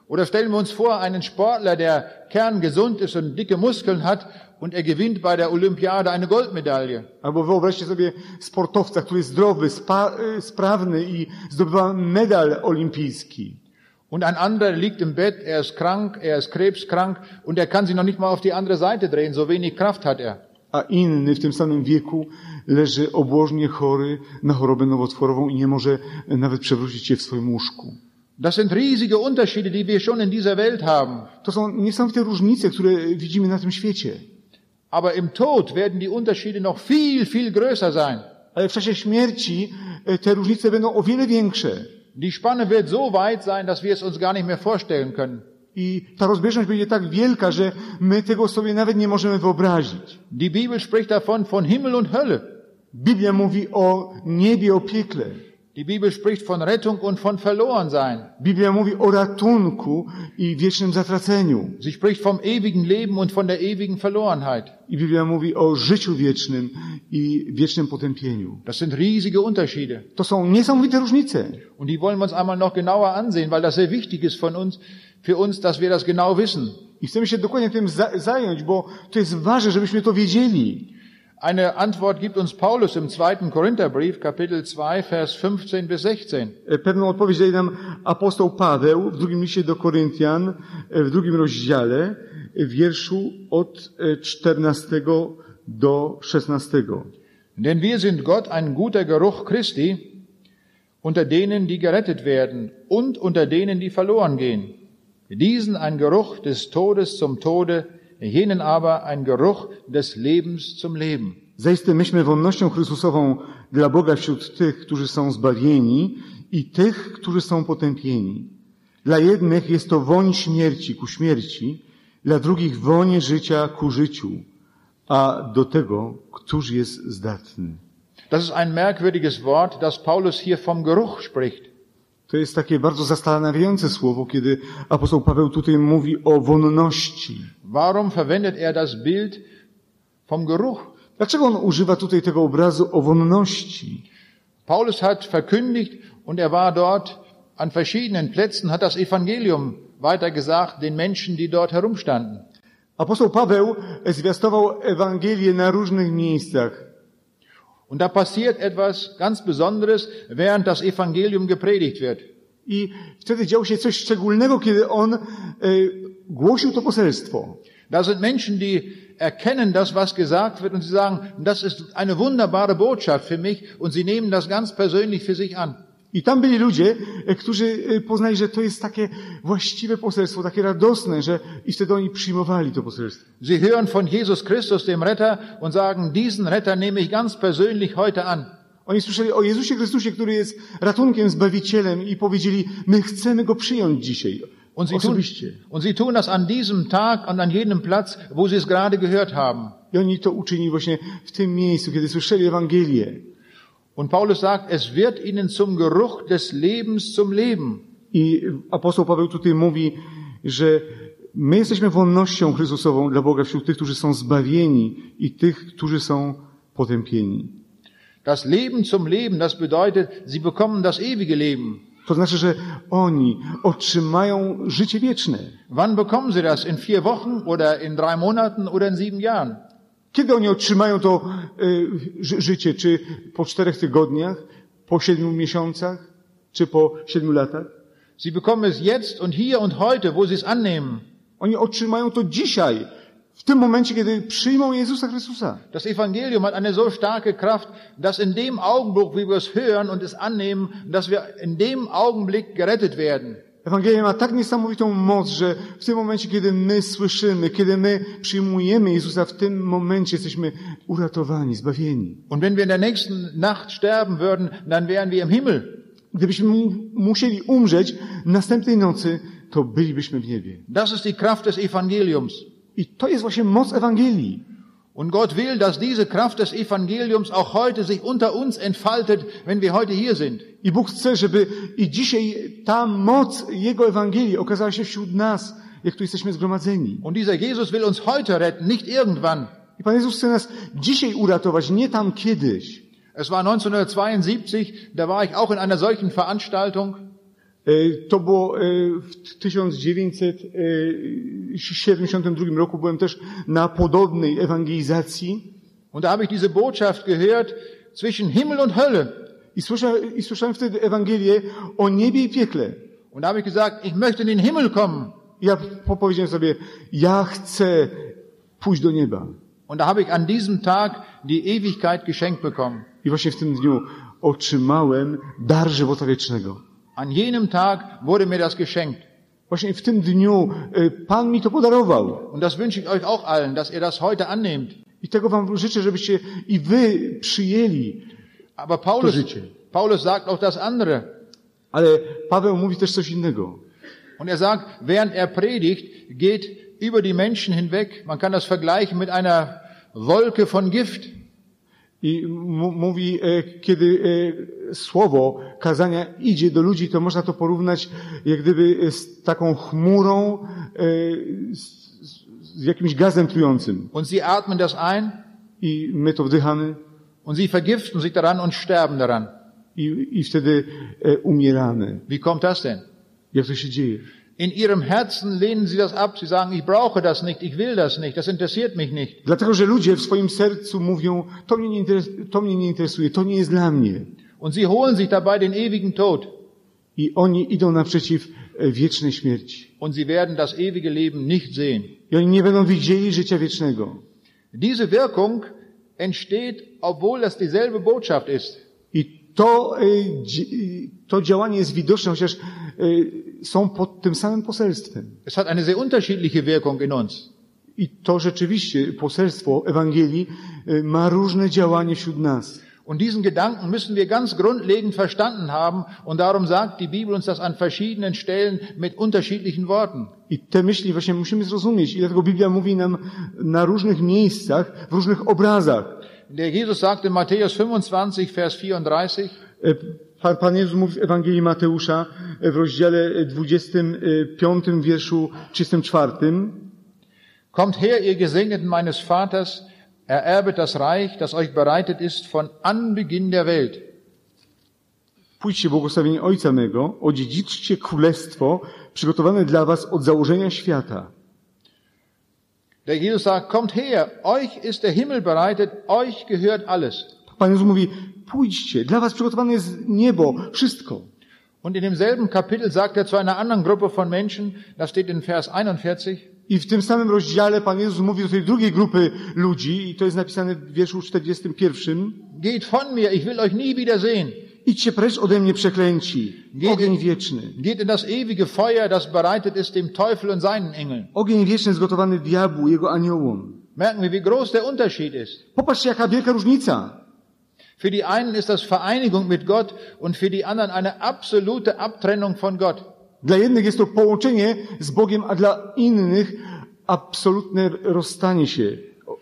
S1: Oder stellen wir uns vor, einen Sportler, der kerngesund ist und dicke Muskeln hat und er gewinnt bei der Olympiade eine Goldmedaille.
S2: Albo wyobraźcie sobie sportowca, który jest zdrowy, spa, e, sprawny i zdobywa medal olimpijski.
S1: Und ein anderer liegt im Bett, er ist krank, er ist krebskrank und er kann sich noch nicht mal auf die andere Seite drehen, so wenig Kraft hat er.
S2: a inny w tym samym wieku leży obłożnie chory na chorobę nowotworową i nie może nawet przewrócić się w swoim łóżku.
S1: Das sind riesige Unterschiede, die wir schon in dieser Welt haben.
S2: To są niesamowite różnice, które widzimy na tym świecie.
S1: Aber im Tod werden die Unterschiede noch viel, viel größer sein.
S2: Ale w czasie śmierci e, te różnice będą o wiele większe
S1: Die Spanne wird so weit sein, dass wir es uns gar nicht mehr vorstellen können.
S2: i ta rozbieżność będzie tak wielka, że my tego sobie nawet nie możemy wyobrazić.
S1: Die Bibel spricht davon von Himmel und Hölle.
S2: Biblia mówi o niebie, o piekle.
S1: Die Bibel spricht von Rettung und von Verlorensein.
S2: Biblia mówi o ratunku i wiecznym zatraceniu.
S1: Sie spricht vom ewigen Leben und von der ewigen Verlorenheit.
S2: I Biblia mówi o życiu wiecznym i wiecznym potępieniu.
S1: Das sind riesige Unterschiede.
S2: To są niesamowite różnice.
S1: Und die wollen wir uns einmal noch genauer ansehen, weil das sehr wichtig ist von uns, für uns, dass wir das genau wissen.
S2: I chcemy się dokładnie tym za zająć, bo to jest ważne, żebyśmy to wiedzieli.
S1: Eine Antwort gibt uns Paulus im zweiten Korintherbrief, Kapitel 2, Vers 15 bis 16.
S2: E, Pewną odpowiedź daje nam apostoł Paweł w drugim liście do Koryntian, e, w drugim rozdziale, e, w wierszu od e, 14 do 16.
S1: Denn wir sind Gott ein guter Geruch Christi unter denen, die gerettet werden und unter denen, die verloren gehen. Diesen ein Geruch des Todes zum Tode, jenen aber ein Geruch des Lebens zum Leben.
S2: Zaiste myśmy wolnością Chrystusową dla Boga wśród tych, którzy są zbawieni i tych, którzy są potępieni. Dla jednych jest to woń śmierci ku śmierci, dla drugich woń życia ku życiu, a do tego, któż jest zdatny.
S1: Das ist ein merkwürdiges Wort, dass Paulus hier vom Geruch spricht.
S2: To jest takie bardzo zastanawiające słowo, kiedy apostoł Paweł tutaj mówi o wonności.
S1: Warum verwendet er das Bild vom Geruch?
S2: Dlaczego on używa tutaj tego obrazu o wonności?
S1: Paulus hat verkündigt und er war dort an verschiedenen Plätzen, hat das Evangelium weitergesagt den Menschen, die dort herumstanden.
S2: Apostoł Paweł zwiastował Ewangelię na różnych miejscach.
S1: Und da passiert etwas ganz Besonderes, während das Evangelium gepredigt wird.
S2: I wtedy działo się coś szczególnego, kiedy on e, głosił to poselstwo.
S1: Da sind Menschen, die erkennen das, was gesagt wird, und sie sagen, das ist eine wunderbare Botschaft für mich, und sie nehmen das ganz persönlich für sich an.
S2: I tam byli ludzie, e, którzy e, poznali, że to jest takie właściwe poselstwo, takie radosne, że i wtedy oni przyjmowali to poselstwo.
S1: Sie hören von Jesus Christus, dem Retter, und sagen, diesen Retter nehme ich ganz persönlich heute an.
S2: Oni słyszeli o Jezusie Chrystusie, który jest ratunkiem, zbawicielem i powiedzieli, my chcemy Go przyjąć dzisiaj.
S1: Und sie, tun,
S2: osobiście.
S1: und sie tun das an diesem Tag und an jedem Platz, wo sie es gerade gehört haben.
S2: I oni to uczynili właśnie w tym miejscu, kiedy słyszeli Ewangelię.
S1: Und Paulus sagt, es wird ihnen zum Geruch des Lebens zum Leben.
S2: I apostoł Paweł tutaj mówi, że my jesteśmy wolnością Chrystusową dla Boga wśród tych, którzy są zbawieni i tych, którzy są potępieni.
S1: Das Leben zum Leben, das bedeutet, sie bekommen das ewige Leben.
S2: To znaczy, że oni otrzymają życie wieczne.
S1: Wann bekommen sie das? In vier Wochen oder in drei Monaten oder in sieben Jahren?
S2: Kiedy oni otrzymają to y, ży- życie? Czy po czterech tygodniach, po siedmiu miesiącach, czy po siedmiu latach?
S1: Sie bekommen es jetzt und hier und heute, wo sie es annehmen.
S2: Oni otrzymają to dzisiaj, w tym momencie, kiedy przyjmą Jezusa Chrystusa.
S1: Das Evangelium hat eine so starke Kraft, dass in dem Augenblick, wie wir es hören und es annehmen, dass wir in dem Augenblick gerettet werden.
S2: Ewangelia ma tak niesamowitą moc, że w tym momencie, kiedy my słyszymy, kiedy my przyjmujemy Jezusa, w tym momencie jesteśmy uratowani, zbawieni.
S1: Und wenn wir in der nächsten Nacht sterben würden, dann wären wir im Himmel.
S2: Gdybyśmy mu- musieli umrzeć następnej nocy, to bylibyśmy w niebie.
S1: Das ist die Kraft des Evangeliums.
S2: I to jest właśnie moc Ewangelii.
S1: Und Gott will, dass diese Kraft des Evangeliums auch heute sich unter uns entfaltet, wenn wir heute hier sind.
S2: I Bóg chce, żeby i dzisiaj ta moc Jego Ewangelii okazała się wśród nas, jak tu jesteśmy zgromadzeni.
S1: Und dieser Jesus will uns heute retten, nicht irgendwann.
S2: I Pan Jezus chce nas dzisiaj uratować, nie tam kiedyś.
S1: Es war 1972, da war ich auch in einer solchen Veranstaltung
S2: E, To było e, w 1972 roku, byłem też na podobnej ewangelizacji
S1: und da habe ich diese Botschaft gehört zwischen Himmel und Hölle.
S2: i słyszałem, i słyszałem wtedy Ewangelię o niebie i piekle.
S1: Und da habe ich gesagt, ich möchte in den Himmel kommen.
S2: Ja po- powiedziałem sobie, ja chcę pójść do nieba.
S1: Und da habe ich an diesem Tag die Ewigkeit geschenkt bekommen.
S2: I właśnie w tym dniu otrzymałem dar żywota wiecznego.
S1: An jenem Tag wurde mir das geschenkt.
S2: Właśnie w tym dniu e, Pan mi to podarował.
S1: Und das wünsche ich euch auch allen, dass ihr das heute annehmt.
S2: I tego Wam życzę, żebyście i Wy przyjęli.
S1: Aber Paulus,
S2: Positiv.
S1: Paulus sagt auch das andere.
S2: Ale Paweł mówi też coś innego.
S1: Und er sagt, während er predigt, geht über die Menschen hinweg. Man kann das vergleichen mit einer Wolke von Gift.
S2: I m- mówi, e, kiedy e, słowo kazania idzie do ludzi, to można to porównać jak gdyby e, z taką chmurą, e, z, z- z jakimś gazem trującym.
S1: Und sie atmen das ein
S2: I my to wdychamy
S1: und sie vergiften sich daran und sterben daran.
S2: i, i wtedy e, umieramy.
S1: Wie kommt das denn?
S2: Jak to się dzieje?
S1: In ihrem Herzen lehnen sie das ab. Sie sagen, ich brauche das nicht, ich will das nicht, das interessiert mich nicht.
S2: Dlatego, że ludzie w swoim sercu mówią, to mnie nie, interes to mnie nie interesuje, to nie jest dla mnie.
S1: Und sie holen sich dabei den ewigen Tod.
S2: I oni idą naprzeciw e, wiecznej śmierci.
S1: Und sie werden das ewige Leben nicht sehen.
S2: I oni nie będą widzieli życia wiecznego.
S1: Diese Wirkung entsteht, obwohl das dieselbe Botschaft ist.
S2: I to, e, dzi- e, to działanie jest widoczne, chociaż e, są pod tym samym poselstwem.
S1: Es hat eine sehr unterschiedliche Wirkung in uns.
S2: I to rzeczywiście, poselstwo Ewangelii e, ma różne działanie wśród nas.
S1: Und diesen Gedanken müssen wir ganz grundlegend verstanden haben. Und darum sagt die Bibel uns das an verschiedenen Stellen mit unterschiedlichen Worten.
S2: I te myśli właśnie musimy zrozumieć. I dlatego Biblia mówi nam na różnych miejscach, w różnych obrazach.
S1: Der Jesus sagt in Matthäus 25, Vers 34,
S2: E, Pan, Pan Jezus mówi w Ewangelii Mateusza e, w rozdziale 25, wierszu 34.
S1: Kommt her, ihr Gesegneten meines Vaters, ererbet das Reich, das euch bereitet ist von Anbeginn der Welt.
S2: Pójdźcie błogosławieni Ojca mego, odziedziczcie królestwo przygotowane dla was od założenia świata.
S1: Der Jesus sagt, kommt her, euch ist der Himmel bereitet, euch gehört alles.
S2: Pan Jezus mówi, pójdźcie, dla was przygotowane jest niebo, wszystko.
S1: Und in demselben Kapitel sagt er zu einer anderen Gruppe von Menschen, das steht in Vers 41,
S2: I w tym samym rozdziale Pan Jezus mówi do tej drugiej grupy ludzi, i to jest napisane w wierszu 41.
S1: geht von mir, ich will euch nie wiedersehen.
S2: Idźcie precz ode mnie przeklęci, ogień wieczny.
S1: Geht in das ewige Feuer, das bereitet ist dem Teufel und seinen Engeln.
S2: Ogień wieczny zgotowany diabłu, jego aniołom.
S1: Merken wir, wie groß der Unterschied ist.
S2: Popatrzcie, jaka wielka różnica.
S1: Für die einen ist das Vereinigung mit Gott und für die anderen eine absolute Abtrennung von Gott.
S2: Dla jednych jest to połączenie z Bogiem, a dla innych absolutne rozstanie się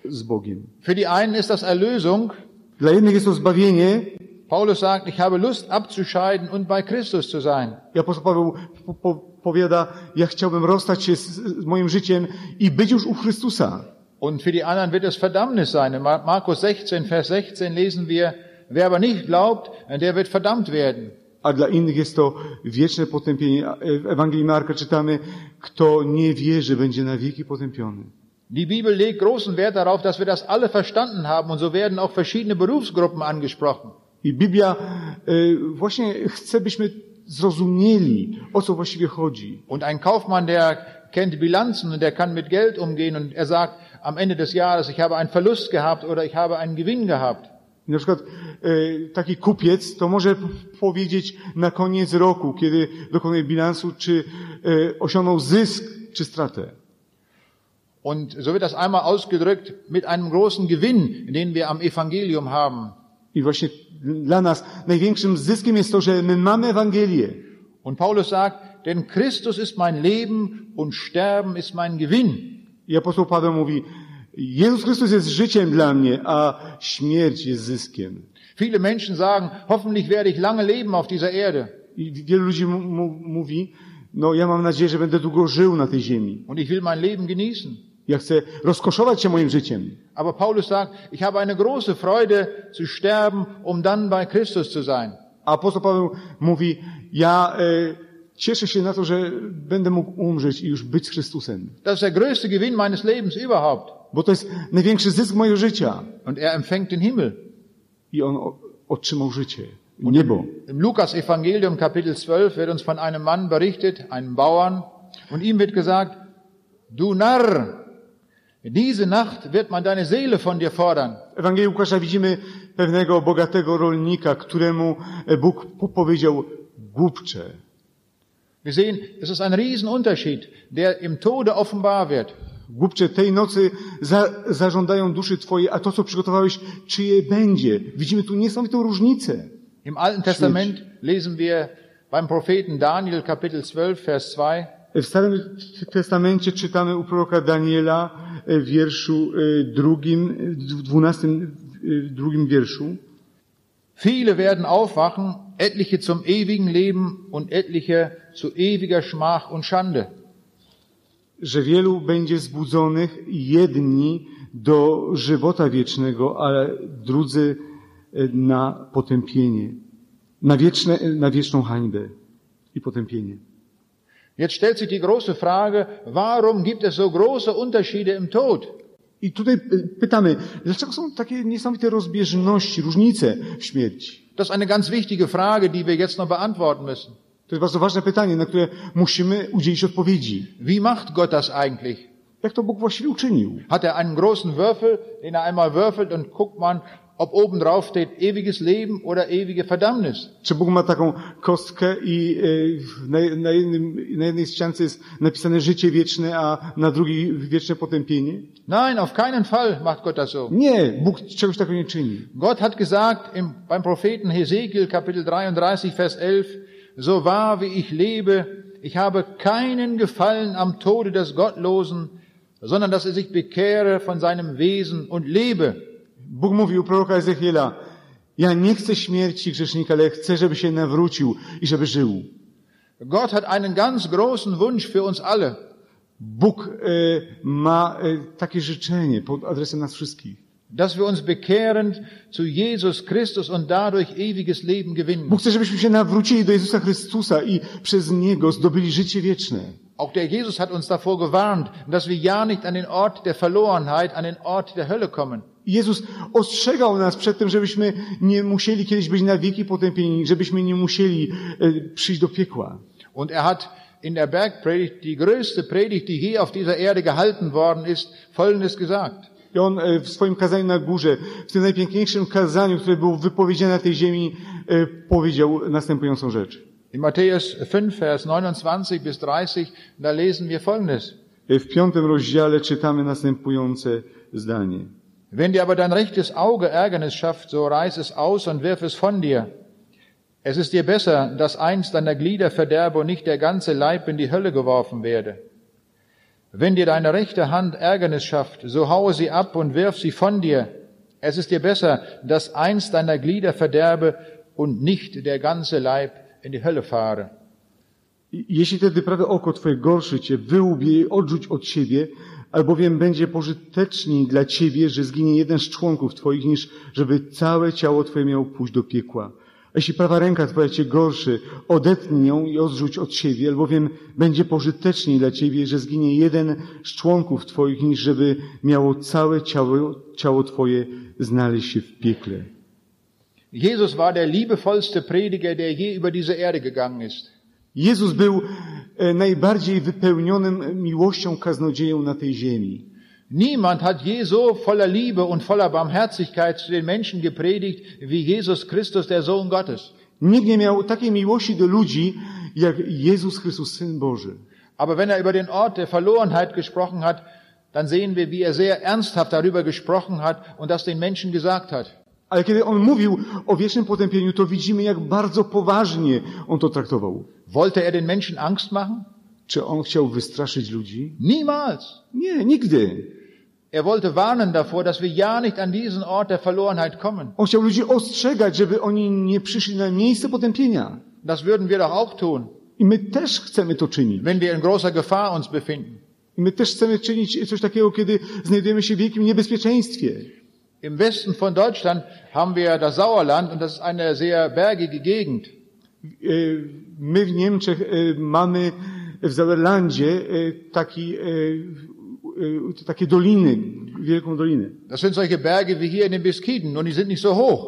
S2: z Bogiem.
S1: Für die einen ist das Erlösung.
S2: Dla jednych jest to zbawienie.
S1: Paulus sagt, ich habe Lust abzuscheiden und bei Christus zu sein.
S2: I Apostoł Paweł po, po, powiada, ja chciałbym rozstać się z, z moim życiem i być już u Chrystusa.
S1: Und für die anderen wird es Verdammnis sein. In Mar- Markus 16, Vers 16 lesen wir, wer aber nicht glaubt, der wird verdammt werden.
S2: A dla innych jest to wieczne potępienie. A, e, W Ewangelii Marka czytamy, kto nie wierzy, będzie na wieki potępiony.
S1: Die Bibel legt großen Wert darauf, dass wir das alle verstanden haben und so werden auch verschiedene Berufsgruppen angesprochen.
S2: I Biblia e, właśnie chce, byśmy zrozumieli, o co właściwie chodzi.
S1: Und ein Kaufmann, der kennt Bilanzen und der kann mit Geld umgehen und er sagt am Ende des Jahres, ich habe einen Verlust gehabt oder ich habe einen Gewinn gehabt.
S2: I na przykład e, taki kupiec to może p- powiedzieć na koniec roku, kiedy dokonuje bilansu, czy e, osiągnął zysk, czy stratę.
S1: Und so wird das einmal ausgedrückt mit einem großen Gewinn, den wir am Evangelium haben.
S2: I właśnie dla nas największym zyskiem jest to, że my mamy Ewangelię.
S1: Und Paulus sagt, denn Christus ist mein Leben und Sterben ist mein Gewinn.
S2: I apostoł Paweł mówi, Jezus Chrystus jest życiem dla mnie, a śmierć jest zyskiem.
S1: Viele Menschen sagen, hoffentlich werde ich lange leben auf dieser Erde
S2: I wielu ludzi mu, mu, mówi, no ja mam nadzieję, że będę długo żył na tej ziemi.
S1: und ich will mein Leben genießen.
S2: Ja chcę rozkoszować się moim życiem.
S1: Aber Paulus sagt, ich habe eine große Freude zu sterben, um dann bei Christus zu sein.
S2: A apostoł Paweł mówi, ja e, cieszę się na to, że będę mógł umrzeć i już być z Chrystusem.
S1: Das ist der größte Gewinn meines Lebens überhaupt.
S2: Bo to jest największy zysk mojego życia.
S1: Und er empfängt den Himmel.
S2: I on o, otrzymał życie, niebo.
S1: Im Lukas-Evangelium Kapitel 12 wird uns von einem Mann berichtet, einem Bauern, und ihm wird gesagt, du Narr, diese Nacht wird man deine Seele von dir fordern.
S2: W Ewangelii Łukasza widzimy pewnego bogatego rolnika, któremu e, Bóg po- powiedział głupcze.
S1: Wir sehen, es ist ein Riesenunterschied, der im Tode offenbar wird.
S2: Głupcze, tej nocy za, zażądają duszy Twoje, a to, co przygotowałeś, czyje będzie. Widzimy tu niesamowitą różnicę.
S1: Im Alten Testament lesen wir beim Propheten Daniel Kapitel 12 Vers 2,
S2: W Starym Testamencie czytamy u proroka Daniela e, w wierszu e, drugim, e, w dwunastym e, drugim wierszu.
S1: viele werden aufwachen, etliche zum ewigen Leben und etliche zu ewiger Schmach und Schande.
S2: że wielu będzie zbudzonych, jedni do żywota wiecznego, ale drudzy e, na potępienie, na, wieczne, e, na wieczną hańbę i potępienie.
S1: Jetzt stellt sich die große Frage, warum gibt es so große Unterschiede im Tod?
S2: I tutaj e, pytamy, dlaczego są takie niesamowite rozbieżności, różnice w śmierci?
S1: Das ist eine ganz wichtige Frage, die wir jetzt noch beantworten müssen.
S2: To jest bardzo ważne pytanie, na które musimy udzielić odpowiedzi.
S1: Wie macht Gott das eigentlich?
S2: Jak to Bóg właściwie uczynił?
S1: Hat er einen großen Würfel, den er einmal würfelt und guckt man, ob oben drauf steht ewiges Leben oder ewige Verdammnis?
S2: Czy Bóg ma taką kostkę i e, na, na, jednym, na jednej ściance jest napisane życie wieczne, a na drugiej wieczne potępienie?
S1: Nein, auf keinen Fall macht Gott das so.
S2: Nie, Bóg czegoś takiego nie czyni.
S1: Gott hat gesagt im, beim Propheten Hesekiel Kapitel 33 Vers 11, so wahr wie ich lebe, ich habe keinen Gefallen am Tode des Gottlosen, sondern dass er sich bekehre von seinem Wesen und lebe.
S2: Bóg mówił proroka Ezechiela, ja nie chcę śmierci grzesznika, ale chcę, żeby się nawrócił i żeby żył.
S1: Gott hat einen ganz großen Wunsch für uns alle,
S2: Bóg e, ma e, takie życzenie pod adresem nas wszystkich.
S1: dass wir uns bekehren zu Jesus Christus und dadurch ewiges Leben gewinnen.
S2: Bóg chce, żebyśmy się nawrócili do Jezusa Chrystusa i przez Niego zdobyli życie wieczne.
S1: Auch der Jesus hat uns davor gewarnt, dass wir ja nicht an den Ort der Verlorenheit, an den Ort der Hölle kommen.
S2: Jezus ostrzegał nas przed tym, żebyśmy nie musieli kiedyś być na wieki potępieni, żebyśmy nie musieli e, przyjść do piekła.
S1: Und er hat in der Bergpredigt, die größte Predigt, die je auf dieser Erde gehalten worden ist, Folgendes gesagt.
S2: I on e, w swoim kazaniu na górze, w tym najpiękniejszym kazaniu, które było wypowiedziane na tej ziemi, e, powiedział następującą rzecz.
S1: In Matthäus 5, Vers 29 bis 30, da lesen wir Folgendes.
S2: E, W piątym rozdziale czytamy następujące zdanie.
S1: Wenn dir aber dein rechtes Auge Ärgernis schafft, so reiß es aus und wirf es von dir. Es ist dir besser, dass eins deiner Glieder verderbe und nicht der ganze Leib in die Hölle geworfen werde. Wenn dir deine rechte Hand Ärgernis schafft, so haue sie ab und wirf sie von dir. Es ist dir besser, dass eins deiner Glieder verderbe und nicht der ganze Leib in die Hölle fahre.
S2: I- Jeśli tedy prawe oko twoje gorszy cię, wyłub je i odrzuć od siebie, albowiem będzie pożyteczniej dla ciebie, że zginie jeden z członków twoich, niż żeby całe ciało twoje miało pójść do piekła. A Jeśli prawa ręka twoja cię gorszy, odetnij ją i odrzuć od siebie, albowiem będzie pożyteczniej dla ciebie, że zginie jeden z członków twoich, niż żeby miało całe ciało, ciało twoje znaleźć się w piekle.
S1: Jesus war der liebevollste Prediger, der je über diese Erde gegangen ist.
S2: Jezus był e, najbardziej wypełnionym miłością kaznodzieją na tej ziemi.
S1: Niemand hat je so voller Liebe und voller Barmherzigkeit zu den Menschen gepredigt wie Jesus Christus, der Sohn Gottes.
S2: Nikt nie miał takiej miłości do ludzi, jak Jezus Chrystus, Syn Boży.
S1: Aber wenn er über den Ort der Verlorenheit gesprochen hat, dann sehen wir, wie er sehr ernsthaft darüber gesprochen hat und das den Menschen gesagt hat.
S2: Ale kiedy On mówił o wiecznym potępieniu, to widzimy, jak bardzo poważnie On to traktował.
S1: Wollte er den Menschen Angst machen?
S2: Czy On chciał wystraszyć ludzi?
S1: Niemals.
S2: Nie, nigdy.
S1: Er wollte warnen davor, dass wir ja nicht an diesen Ort der Verlorenheit kommen.
S2: On chciał ludzi ostrzegać, żeby oni nie przyszli na miejsce potępienia.
S1: Das würden wir doch auch tun,
S2: I my też chcemy to czynić.
S1: wenn wir in großer Gefahr uns befinden.
S2: I my też chcemy czynić coś takiego, kiedy znajdujemy się w wielkim niebezpieczeństwie.
S1: Im Westen von Deutschland haben wir das Sauerland und das ist eine sehr bergige Gegend.
S2: E, My w Niemczech e, mamy w Sauerlandzie e, taki, e, e, takie doliny, wielką dolinę.
S1: Das sind solche Berge wie hier in den Beskiden, nur die sind nicht so hoch.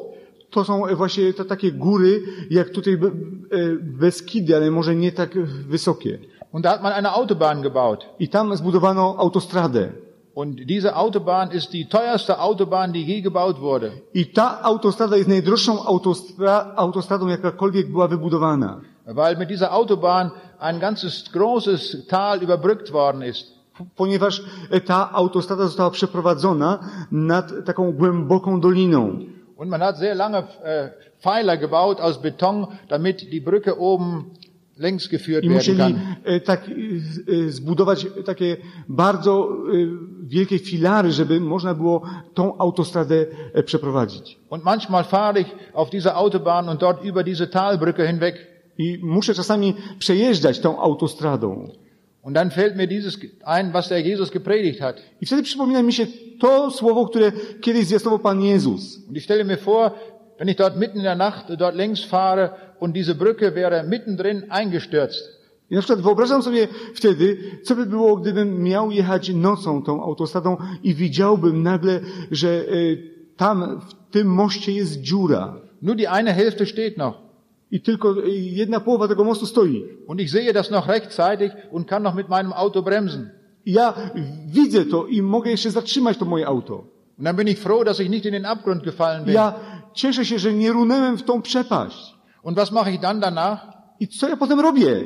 S2: To są e, właśnie te takie góry, jak tutaj Be- e, Beskidy, ale może nie tak wysokie.
S1: Und da hat man eine Autobahn gebaut.
S2: I tam zbudowano autostradę.
S1: Und diese Autobahn ist die teuerste Autobahn, die je gebaut wurde.
S2: I ta autostrada jest najdroższą autostra- autostradą, jakakolwiek była wybudowana.
S1: Weil mit dieser Autobahn ein ganzes großes Tal überbrückt worden ist.
S2: P- Ponieważ e, ta autostrada została przeprowadzona nad taką głęboką doliną.
S1: Und man hat sehr lange äh, Pfeiler gebaut aus Beton, damit die Brücke oben längs geführt
S2: I
S1: werden
S2: musieli
S1: kann.
S2: e, tak, e, e, zbudować takie bardzo e, wielkie filary, żeby można było tą autostradę e, przeprowadzić.
S1: Und manchmal fahre ich auf dieser Autobahn und dort über diese Talbrücke hinweg.
S2: I muszę czasami przejeżdżać tą autostradą.
S1: Und dann fällt mir dieses ein, was der Jesus gepredigt hat.
S2: I wtedy przypomina mi się to słowo, które kiedyś zwiastował Pan Jezus.
S1: Und ich stelle mir vor, wenn ich dort mitten in der Nacht dort längs fahre und diese Brücke wäre mittendrin eingestürzt.
S2: I na przykład wyobrażam sobie wtedy, co by było, gdybym miał jechać nocą tą autostradą i widziałbym nagle, że e, tam w tym moście jest dziura.
S1: Nur die eine Hälfte steht noch.
S2: I tylko e, jedna połowa tego mostu stoi.
S1: Und ich sehe das noch rechtzeitig und kann noch mit meinem Auto bremsen.
S2: Ja widzę to i mogę jeszcze zatrzymać to moje auto.
S1: Und dann bin ich froh, dass ich nicht in den Abgrund gefallen bin.
S2: Ja cieszę się, że nie runąłem w tą przepaść.
S1: Und was mache ich dann danach?
S2: I co ja potem robię?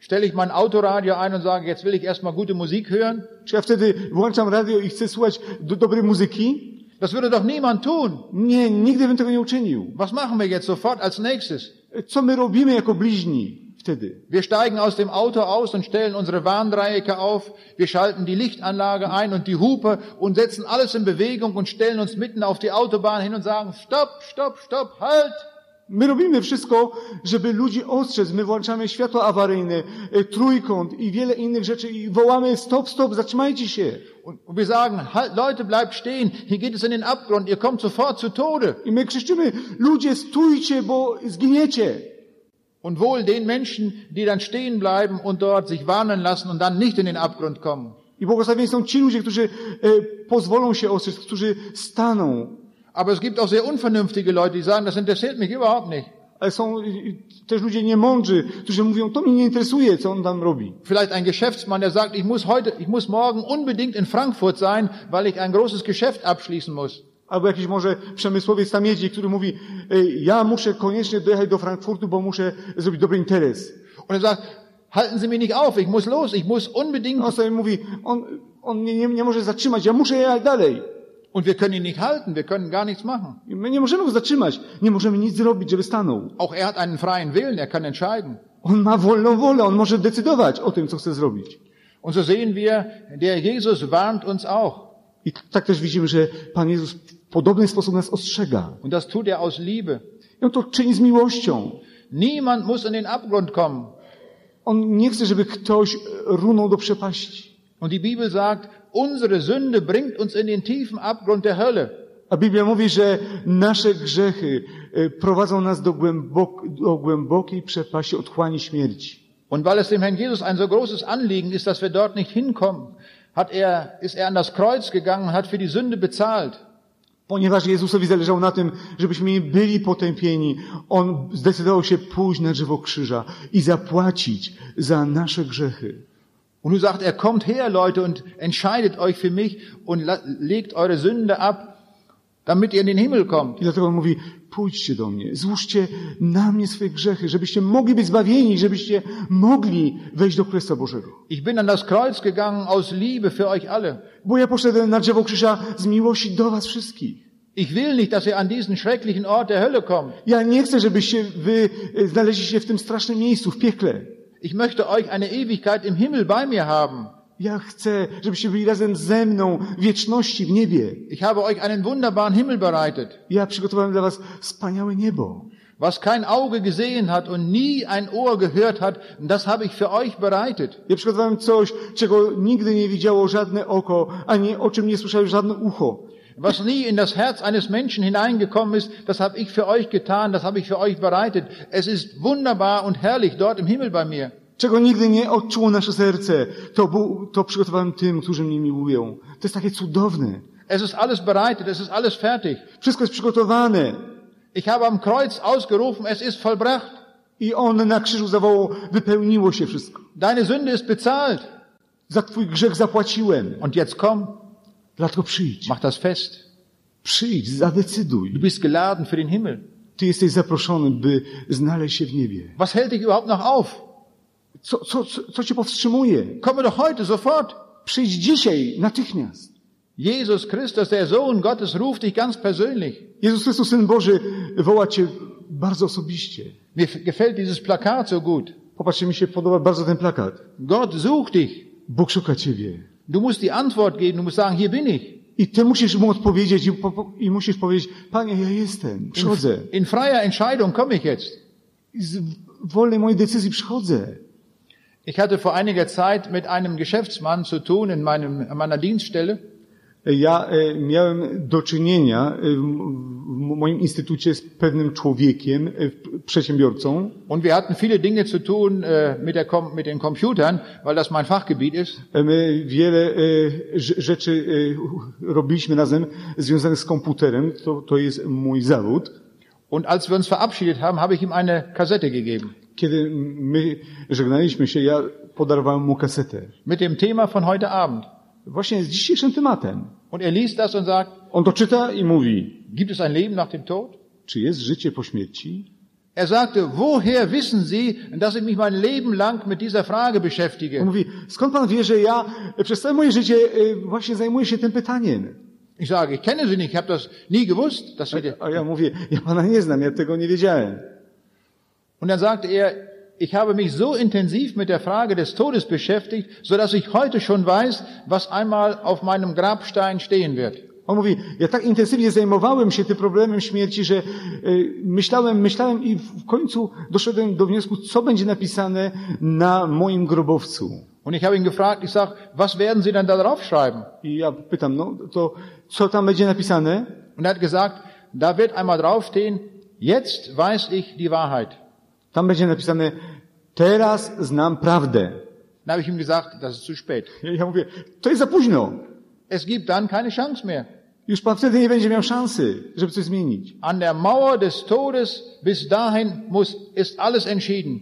S1: Stelle ich mein Autoradio ein und sage, jetzt will ich erstmal gute Musik hören?
S2: Czy ja wtedy włączam radio i chcę słuchać do dobrej muzyki?
S1: Das würde doch niemand tun.
S2: Nie, nigdy bym tego nie uczynił.
S1: Was machen wir jetzt sofort als nächstes?
S2: Co my robimy jako bliźni wtedy?
S1: Wir steigen aus dem Auto aus und stellen unsere Warndreiecke auf. Wir schalten die Lichtanlage ein und die Hupe und setzen alles in Bewegung und stellen uns mitten auf die Autobahn hin und sagen, stopp, stopp, stopp, halt!
S2: My robimy wszystko, żeby ludzi ostrzec. My włączamy światło awaryjne, e, trójkąt i wiele innych rzeczy i wołamy stop, stop, zatrzymajcie się.
S1: Und und wir sagen, halt, Leute, bleibt stehen. Hier geht es in den Abgrund. Ihr kommt sofort zu Tode.
S2: I my krzyczymy, ludzie stójcie, bo zginiecie.
S1: Und wohl den Menschen, die dann stehen bleiben und dort sich warnen lassen und dann nicht in den Abgrund kommen.
S2: I błogosławieni są ci ludzie, którzy e, pozwolą się ostrzec, którzy staną.
S1: Aber es gibt auch sehr unvernünftige Leute, die sagen, das interessiert mich überhaupt nicht.
S2: Ale są e, też ludzie niemądrzy, którzy mówią, to mnie nie interesuje, co on tam robi.
S1: Vielleicht ein Geschäftsmann, der sagt, ich muss heute, ich muss morgen unbedingt in Frankfurt sein, weil ich ein großes Geschäft abschließen muss.
S2: Albo jakiś może przemysłowiec tam jedzie, który mówi, e, ja muszę koniecznie dojechać do Frankfurtu, bo muszę zrobić dobry interes.
S1: Und er sagt, halten Sie mich nicht auf, ich muss
S2: No,
S1: los, ich muss unbedingt.
S2: On sobie mówi, on, on mnie nie, nie może zatrzymać, ja muszę jechać dalej.
S1: Und wir können ihn nicht halten, wir können gar nichts machen.
S2: I My nie możemy go zatrzymać, nie możemy nic zrobić, żeby stanął.
S1: Auch er hat einen freien Willen, er kann entscheiden.
S2: On ma wolną wolę, on może decydować o tym, co chce zrobić.
S1: Und so sehen wir, der Jesus warnt uns auch.
S2: I t- tak też widzimy, że Pan Jezus w podobny sposób nas ostrzega.
S1: Und das tut er aus Liebe.
S2: I on to czyni z miłością.
S1: Niemand muss in den Abgrund kommen.
S2: On nie chce, żeby ktoś e, runął do przepaści.
S1: Und die Bibel sagt, unsere Sünde bringt uns in den tiefen Abgrund der Hölle.
S2: A Biblia mówi, że nasze grzechy e, prowadzą nas do, głębok, do głębokiej przepaści, otchłani śmierci.
S1: Und weil es dem Herrn Jesus ein so großes Anliegen ist, dass wir dort nicht hinkommen, hat er, ist er an das Kreuz gegangen und hat für die Sünde bezahlt.
S2: Ponieważ Jezusowi zależało na tym, żebyśmy nie byli potępieni, On zdecydował się pójść na drzewo krzyża i zapłacić za nasze grzechy.
S1: Und nun sagt er, kommt her, Leute, und entscheidet euch für mich und la- legt eure Sünde ab, damit ihr in den Himmel kommt.
S2: I dlatego on mówi, pójdźcie do mnie, złóżcie na mnie swoje grzechy, żebyście mogli być zbawieni, żebyście mogli wejść do Królestwa Bożego.
S1: Ich bin an das Kreuz gegangen aus Liebe für euch alle.
S2: Bo ja poszedłem na drzewo krzyża z miłości do was wszystkich.
S1: Ich will nicht, dass ihr an diesen schrecklichen Ort der Hölle kommt.
S2: Ja nie chcę, żebyście wy e, znaleźli się w tym strasznym miejscu, w piekle.
S1: Ich möchte euch eine Ewigkeit im Himmel bei mir haben.
S2: Ja chcę, żebyście byli razem ze mną w wieczności, w niebie.
S1: Ich habe euch einen wunderbaren Himmel bereitet,
S2: Ja przygotowałem dla was wspaniałe niebo,
S1: was kein Auge gesehen hat und nie ein Ohr gehört hat, und das habe ich für euch bereitet.
S2: Ja przygotowałem coś, czego nigdy nie widziało żadne oko, ani o czym nie słyszałem żadne ucho.
S1: Was nie in das Herz eines Menschen hineingekommen ist, das habe ich für euch getan, das habe ich für euch bereitet. Es ist wunderbar und herrlich dort im Himmel bei mir.
S2: Czego nigdy nie odczuło nasze serce, to, bu, to przygotowałem tym, którzy mnie miłują. To jest takie cudowne.
S1: Es ist alles bereitet, es ist alles fertig.
S2: Wszystko jest przygotowane.
S1: Ich habe am Kreuz ausgerufen, es ist vollbracht.
S2: I on na krzyżu zawołał, wypełniło się wszystko.
S1: Deine Sünde ist bezahlt.
S2: Za twój grzech zapłaciłem.
S1: Und jetzt komm,
S2: Dlatego przyjdź.
S1: mach das fest.
S2: Przyjdź,
S1: Du
S2: zadecyduj.
S1: bist geladen für den Himmel.
S2: Ty jesteś zaproszony, by znaleźć się w niebie.
S1: Was hält dich überhaupt noch auf?
S2: Co, co, co, co cię powstrzymuje?
S1: Komme doch heute sofort.
S2: Przyjdź dzisiaj, natychmiast.
S1: Jesus Christus, der Sohn Gottes, ruft dich ganz persönlich.
S2: Jezus Chrystus, Syn Boży, woła cię bardzo osobiście.
S1: Mir f- gefällt dieses Plakat so gut.
S2: Popatrzcie, mi się podoba bardzo ten plakat.
S1: Gott sucht dich.
S2: Bóg szuka ciebie.
S1: Du musst die Antwort geben, du musst sagen, hier bin ich.
S2: I ty musisz mu odpowiedzieć i, po, po- i musisz powiedzieć, panie, ja jestem, przychodzę.
S1: In freier Entscheidung komme ich jetzt.
S2: I Z wolnej mojej decyzji przychodzę.
S1: Ich hatte vor einiger Zeit mit einem Geschäftsmann zu tun in meinem, an meiner Dienststelle.
S2: Ja e, miałem do czynienia e, m- w moim instytucie z pewnym człowiekiem, e, p- przedsiębiorcą.
S1: Und wir hatten viele Dinge zu tun äh, mit, der Com mit den Computern, weil das mein Fachgebiet ist.
S2: E, My wiele e, rz- rzeczy e, robiliśmy razem związanych z komputerem. To, to jest mój zawód.
S1: Und als wir uns verabschiedet haben, habe ich ihm eine Kassette gegeben.
S2: Kiedy my żegnaliśmy się, ja podarowałem mu kasetę.
S1: Mit dem Thema von heute Abend.
S2: Właśnie z dzisiejszym tematem.
S1: Und er liest das und sagt,
S2: On to czyta i mówi,
S1: gibt es ein Leben nach dem Tod?
S2: czy jest życie po śmierci?
S1: Er sagte, woher wissen Sie, dass ich mich mein Leben lang mit dieser Frage
S2: On
S1: beschäftige?
S2: mówi, skąd pan wie, że ja przez całe moje życie e, właśnie zajmuję się tym pytaniem?
S1: Ich sage, ich kenne Sie nicht, ich habe das nie gewusst. Dass wir
S2: A ja mówię, ja pana nie znam, ja tego nie wiedziałem.
S1: Und dann sagte er, ich habe mich so intensiv mit der Frage des Todes beschäftigt, so dass ich heute schon weiß, was einmal auf meinem Grabstein stehen wird.
S2: On mówi, ja tak intensywnie zajmowałem się tym problemem śmierci, że e, myślałem, myślałem i w końcu doszedłem do wniosku, co będzie napisane na moim grobowcu.
S1: Und ich habe ihn gefragt, ich sage, was werden Sie denn da drauf schreiben?
S2: I ja pytam, no to co tam będzie napisane?
S1: Und er hat gesagt, da wird einmal draufstehen, jetzt weiß ich die Wahrheit.
S2: Tam będzie napisane, teraz znam prawdę.
S1: Dann habe ich ihm gesagt, das ist zu spät.
S2: Ja- Ja mówię, to jest za późno.
S1: Es gibt dann keine Chance mehr.
S2: Już pan wtedy nie będzie miał szansy, żeby coś zmienić.
S1: An der Mauer des Todes bis dahin muss, ist alles entschieden.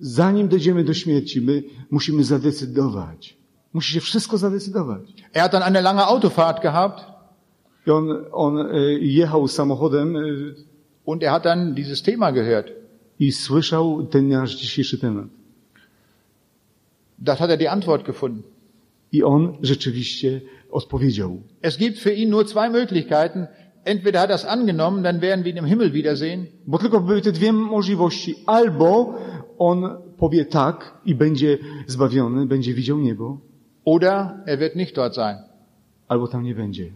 S2: Zanim dojdziemy do śmierci, my musimy zadecydować. Musi się wszystko zadecydować.
S1: Er hat dann eine lange Autofahrt gehabt
S2: I on, on e, jechał samochodem e,
S1: und er hat dann dieses Thema gehört.
S2: i słyszał ten nasz dzisiejszy temat.
S1: Das hat er die Antwort gefunden.
S2: I on rzeczywiście odpowiedział.
S1: Es gibt für ihn nur zwei Möglichkeiten. Entweder hat er es angenommen, dann werden wir ihn im Himmel wiedersehen,
S2: Bo tylko były te dwie możliwości. Albo on powie tak i będzie zbawiony, będzie widział niebo,
S1: oder er wird nicht dort sein.
S2: albo tam nie będzie.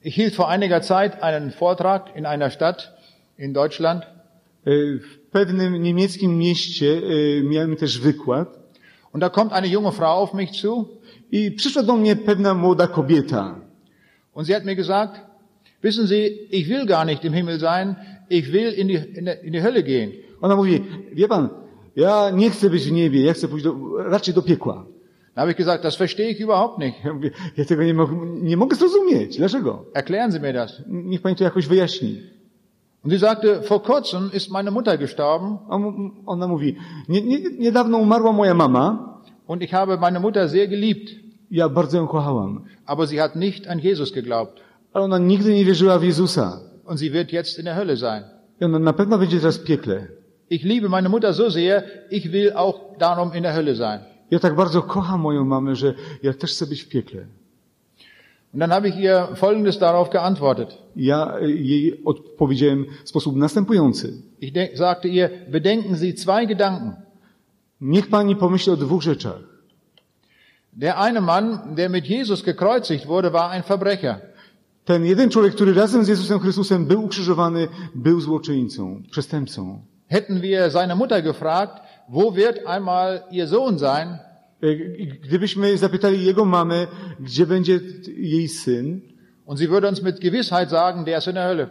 S1: Ich hielt vor einiger Zeit einen Vortrag in einer Stadt in Deutschland
S2: Y, W pewnym niemieckim mieście y, miałem też wykład
S1: und da kommt eine junge Frau auf mich zu
S2: i przyszła do mnie pewna młoda kobieta.
S1: und sie hat mir gesagt, wissen Sie, ich will gar nicht im Himmel sein, ich will in die, in die, in die Hölle gehen.
S2: Ona mówi, wie pan, ja nie chcę być w niebie, ja chcę pójść do, raczej do piekła.
S1: Da habe ich gesagt, das verstehe ich überhaupt nicht.
S2: Ja, mówię, ja tego nie, mog, nie mogę zrozumieć. Dlaczego?
S1: Erklären Sie mir das.
S2: Niech pani to jakoś wyjaśni.
S1: Und sie sagte, vor kurzem ist meine Mutter gestorben
S2: A mu- Ona mówi, nie, nie, niedawno umarła moja mama,
S1: und ich habe meine Mutter sehr geliebt,
S2: ja bardzo ją kochałam,
S1: aber sie hat nicht an Jesus geglaubt
S2: ale ona nigdy nie wierzyła w Jezusa.
S1: und sie wird jetzt in der Hölle sein.
S2: I ona na pewno będzie teraz w piekle.
S1: Ich liebe meine Mutter so sehr, ich will auch darum in der Hölle sein.
S2: Ja tak bardzo kocham moją mamę, że ja też chcę być w piekle.
S1: Und dann habe ich ihr Folgendes darauf geantwortet.
S2: Ja y, jej odpowiedziałem w sposób następujący.
S1: Ich denk, sagte ihr, bedenken Sie zwei Gedanken.
S2: Niech pani pomyśli o dwóch rzeczach.
S1: Der eine Mann, der mit Jesus gekreuzigt wurde, war ein Verbrecher.
S2: Ten jeden człowiek, który razem z Jezusem Chrystusem był ukrzyżowany, był złoczyńcą, przestępcą.
S1: Hätten wir seine Mutter gefragt, wo wird einmal ihr Sohn sein,
S2: Y, Gdybyśmy zapytali jego mamę, gdzie będzie t- jej syn,
S1: und sie würde uns mit Gewissheit sagen, der ist in der Hölle.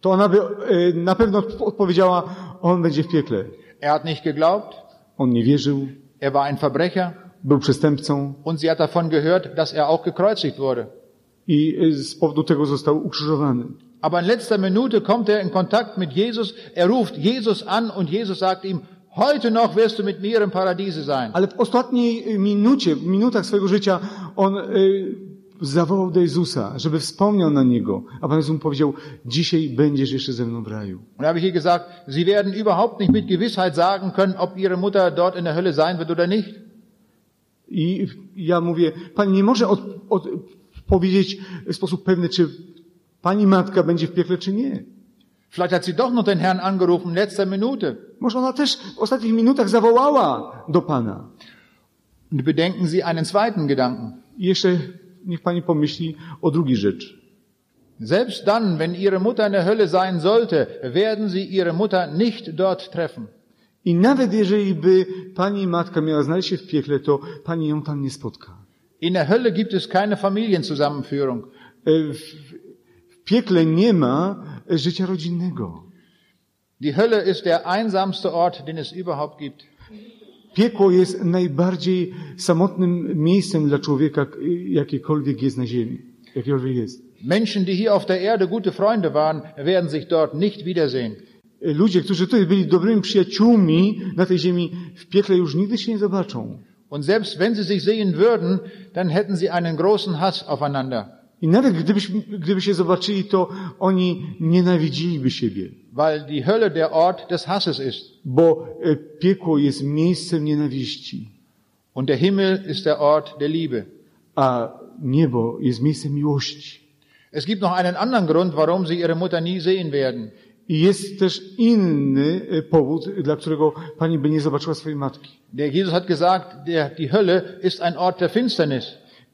S2: to ona by e, na pewno odp- odpowiedziała, on będzie w piekle.
S1: Er hat nicht geglaubt,
S2: On nie wierzył,
S1: er war ein Verbrecher,
S2: był przestępcą
S1: und sie hat davon gehört, dass er auch gekreuzigt wurde.
S2: i e, z powodu tego został ukrzyżowany.
S1: Aber in letzter Minute kommt er in Kontakt mit Jesus, er ruft Jesus an und Jesus sagt ihm, heute noch wirst du mit mir im Paradiese sein.
S2: Ale w ostatniej e, minucie, w minutach swojego życia on e, zawołał do Jezusa, żeby wspomniał na niego. A Pan Jezus mu powiedział, dzisiaj będziesz jeszcze ze mną w raju.
S1: Und da habe ich ihr gesagt, Sie werden überhaupt nicht mit Gewissheit sagen können, ob Ihre Mutter dort in der Hölle sein wird oder nicht.
S2: I ja mówię, Pan nie może od, od, powiedzieć w sposób pewny, czy Pani matka będzie w piekle, czy nie.
S1: Vielleicht hat sie doch noch den Herrn angerufen in letzter Minute.
S2: Może ona też w ostatnich minutach zawołała do Pana.
S1: Und bedenken Sie einen zweiten Gedanken.
S2: I jeszcze niech pani pomyśli o drugiej rzeczy.
S1: Selbst dann, wenn Ihre Mutter in der Hölle sein sollte, werden Sie Ihre Mutter nicht dort treffen.
S2: I nawet jeżeli by pani matka miała znaleźć się w piekle, to pani ją tam nie spotka.
S1: In der Hölle gibt es keine Familienzusammenführung.
S2: E, W, w piekle nie ma życia rodzinnego.
S1: Die Hölle ist der einsamste Ort, den es überhaupt gibt.
S2: Piekło jest najbardziej samotnym miejscem dla człowieka, k- jakiekolwiek jest na ziemi. Jakiekolwiek jest.
S1: Menschen, die hier auf der Erde gute Freunde waren, werden sich dort nicht wiedersehen.
S2: E, Ludzie, którzy tutaj byli dobrymi przyjaciółmi na tej ziemi, w piekle już nigdy się nie zobaczą.
S1: Und selbst wenn sie sich sehen würden, dann hätten sie einen großen Hass aufeinander,
S2: I nawet gdybyśmy, gdyby się zobaczyli, to oni nienawidziliby siebie.
S1: weil die Hölle der Ort des Hasses ist
S2: bo e, piekło jest miejscem nienawiści,
S1: und der Himmel ist der Ort der Liebe.
S2: a niebo jest miejscem miłości.
S1: Es gibt noch einen anderen Grund, warum sie ihre Mutter nie sehen werden.
S2: I jest też inny e, powód, dla którego pani by nie zobaczyła swojej matki,
S1: Der Jesus hat gesagt, der, die Hölle ist ein Ort der Finsternis.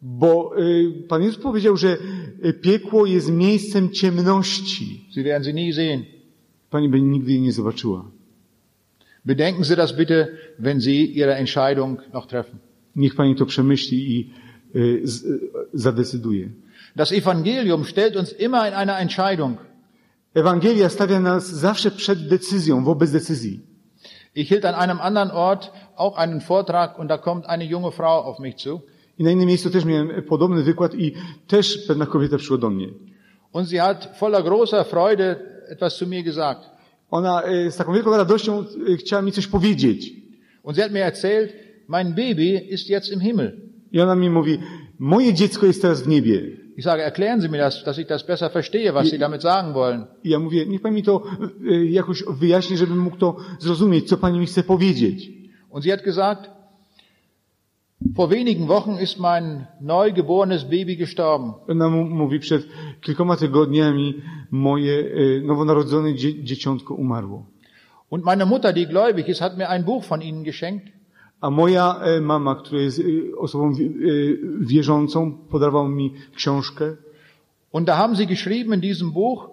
S2: bo e, pan Jezus powiedział, że e, piekło jest miejscem ciemności.
S1: Sie werden sie nie sehen.
S2: Pani by nigdy jej nie zobaczyła.
S1: Bedenken Sie das bitte, wenn Sie Ihre Entscheidung noch treffen.
S2: Niech pani to przemyśli i e, z, e, zadecyduje.
S1: Das Evangelium stellt uns immer in einer Entscheidung.
S2: Ewangelia stawia nas zawsze przed decyzją, wobec decyzji.
S1: Ich hielt an einem anderen Ort auch einen Vortrag und da kommt eine junge Frau auf mich zu.
S2: I na innym miejscu też miałem podobny wykład i też pewna kobieta przyszła do mnie.
S1: Und sie hat voller großer Freude etwas zu mir gesagt.
S2: Ona e, z taką wielką radością e, chciała mi coś powiedzieć.
S1: Und sie hat mir erzählt, mein Baby ist jetzt im Himmel.
S2: I ona mi mówi, moje dziecko jest teraz w niebie.
S1: Ich sage, erklären Sie mir das, dass ich das besser verstehe, was Sie damit sagen wollen.
S2: I ja mówię, niech pani mi to e, jakoś wyjaśni, żebym mógł to zrozumieć, co pani mi chce powiedzieć.
S1: Und sie hat gesagt, Vor wenigen Wochen ist mein neugeborenes Baby gestorben.
S2: Ona mu mówi, przed kilkoma tygodniami moje e, nowonarodzone dzie, dzieciątko umarło.
S1: Und meine Mutter, die gläubig ist, hat mir ein Buch von Ihnen geschenkt.
S2: A moja e, mama, która jest e, osobą wi- e, wierzącą, podarowała mi książkę.
S1: Und da haben Sie geschrieben in diesem Buch,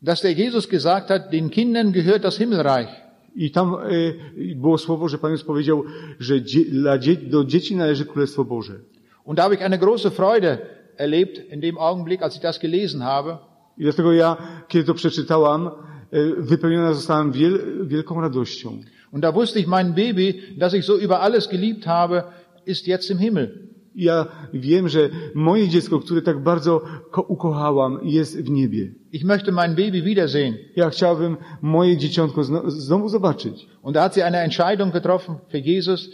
S1: dass der Jesus gesagt hat, den Kindern gehört das Himmelreich.
S2: I tam e, było słowo, że Pan Jezus powiedział, że dzie, dla dzie, do dzieci należy Królestwo Boże.
S1: Und da habe ich eine große Freude erlebt in dem Augenblick, als ich das gelesen habe.
S2: I dlatego ja, kiedy to przeczytałam, e, wypełniona zostałam wiel, wielką radością.
S1: Und da wusste ich, mein Baby, das ich so über alles geliebt habe, ist jetzt im Himmel.
S2: I Ja wiem, że moje dziecko, które tak bardzo ko- ukochałam, jest w niebie.
S1: Ich möchte mein Baby wiedersehen.
S2: Ja chciałbym moje dzieciątko zno- znowu zobaczyć.
S1: Und da hat sie eine Entscheidung getroffen für Jesus,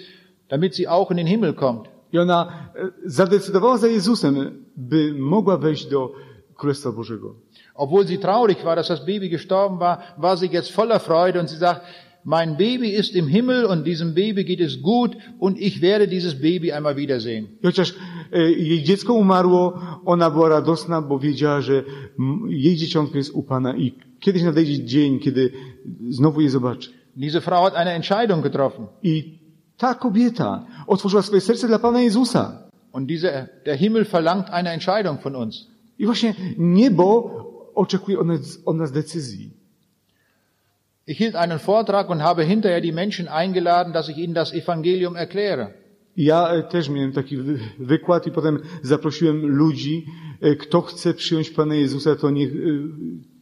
S1: damit sie auch in den Himmel kommt.
S2: I ona e, zadecydowała za Jezusem, by mogła wejść do Królestwa Bożego.
S1: Obwohl sie traurig war, dass das Baby gestorben war, war sie jetzt voller Freude und sie sagt, mein Baby ist im Himmel und diesem Baby geht es gut und ich werde dieses Baby einmal wiedersehen.
S2: I chociaż e, jej dziecko umarło, ona była radosna, bo wiedziała, że m, jej dzieciątko jest u Pana i kiedyś nadejdzie dzień, kiedy znowu je zobaczy.
S1: Diese Frau hat eine Entscheidung getroffen
S2: I ta kobieta otworzyła swoje serce dla Pana Jezusa.
S1: und dieser, der Himmel verlangt eine Entscheidung von uns.
S2: I właśnie niebo oczekuje od nas, od nas decyzji.
S1: Ich hielt einen Vortrag und habe hinterher die Menschen eingeladen, dass ich ihnen das Evangelium erkläre.
S2: I Ja e, też miałem taki wy- wykład i potem zaprosiłem ludzi, e, kto chce przyjąć Pana Jezusa, to niech e,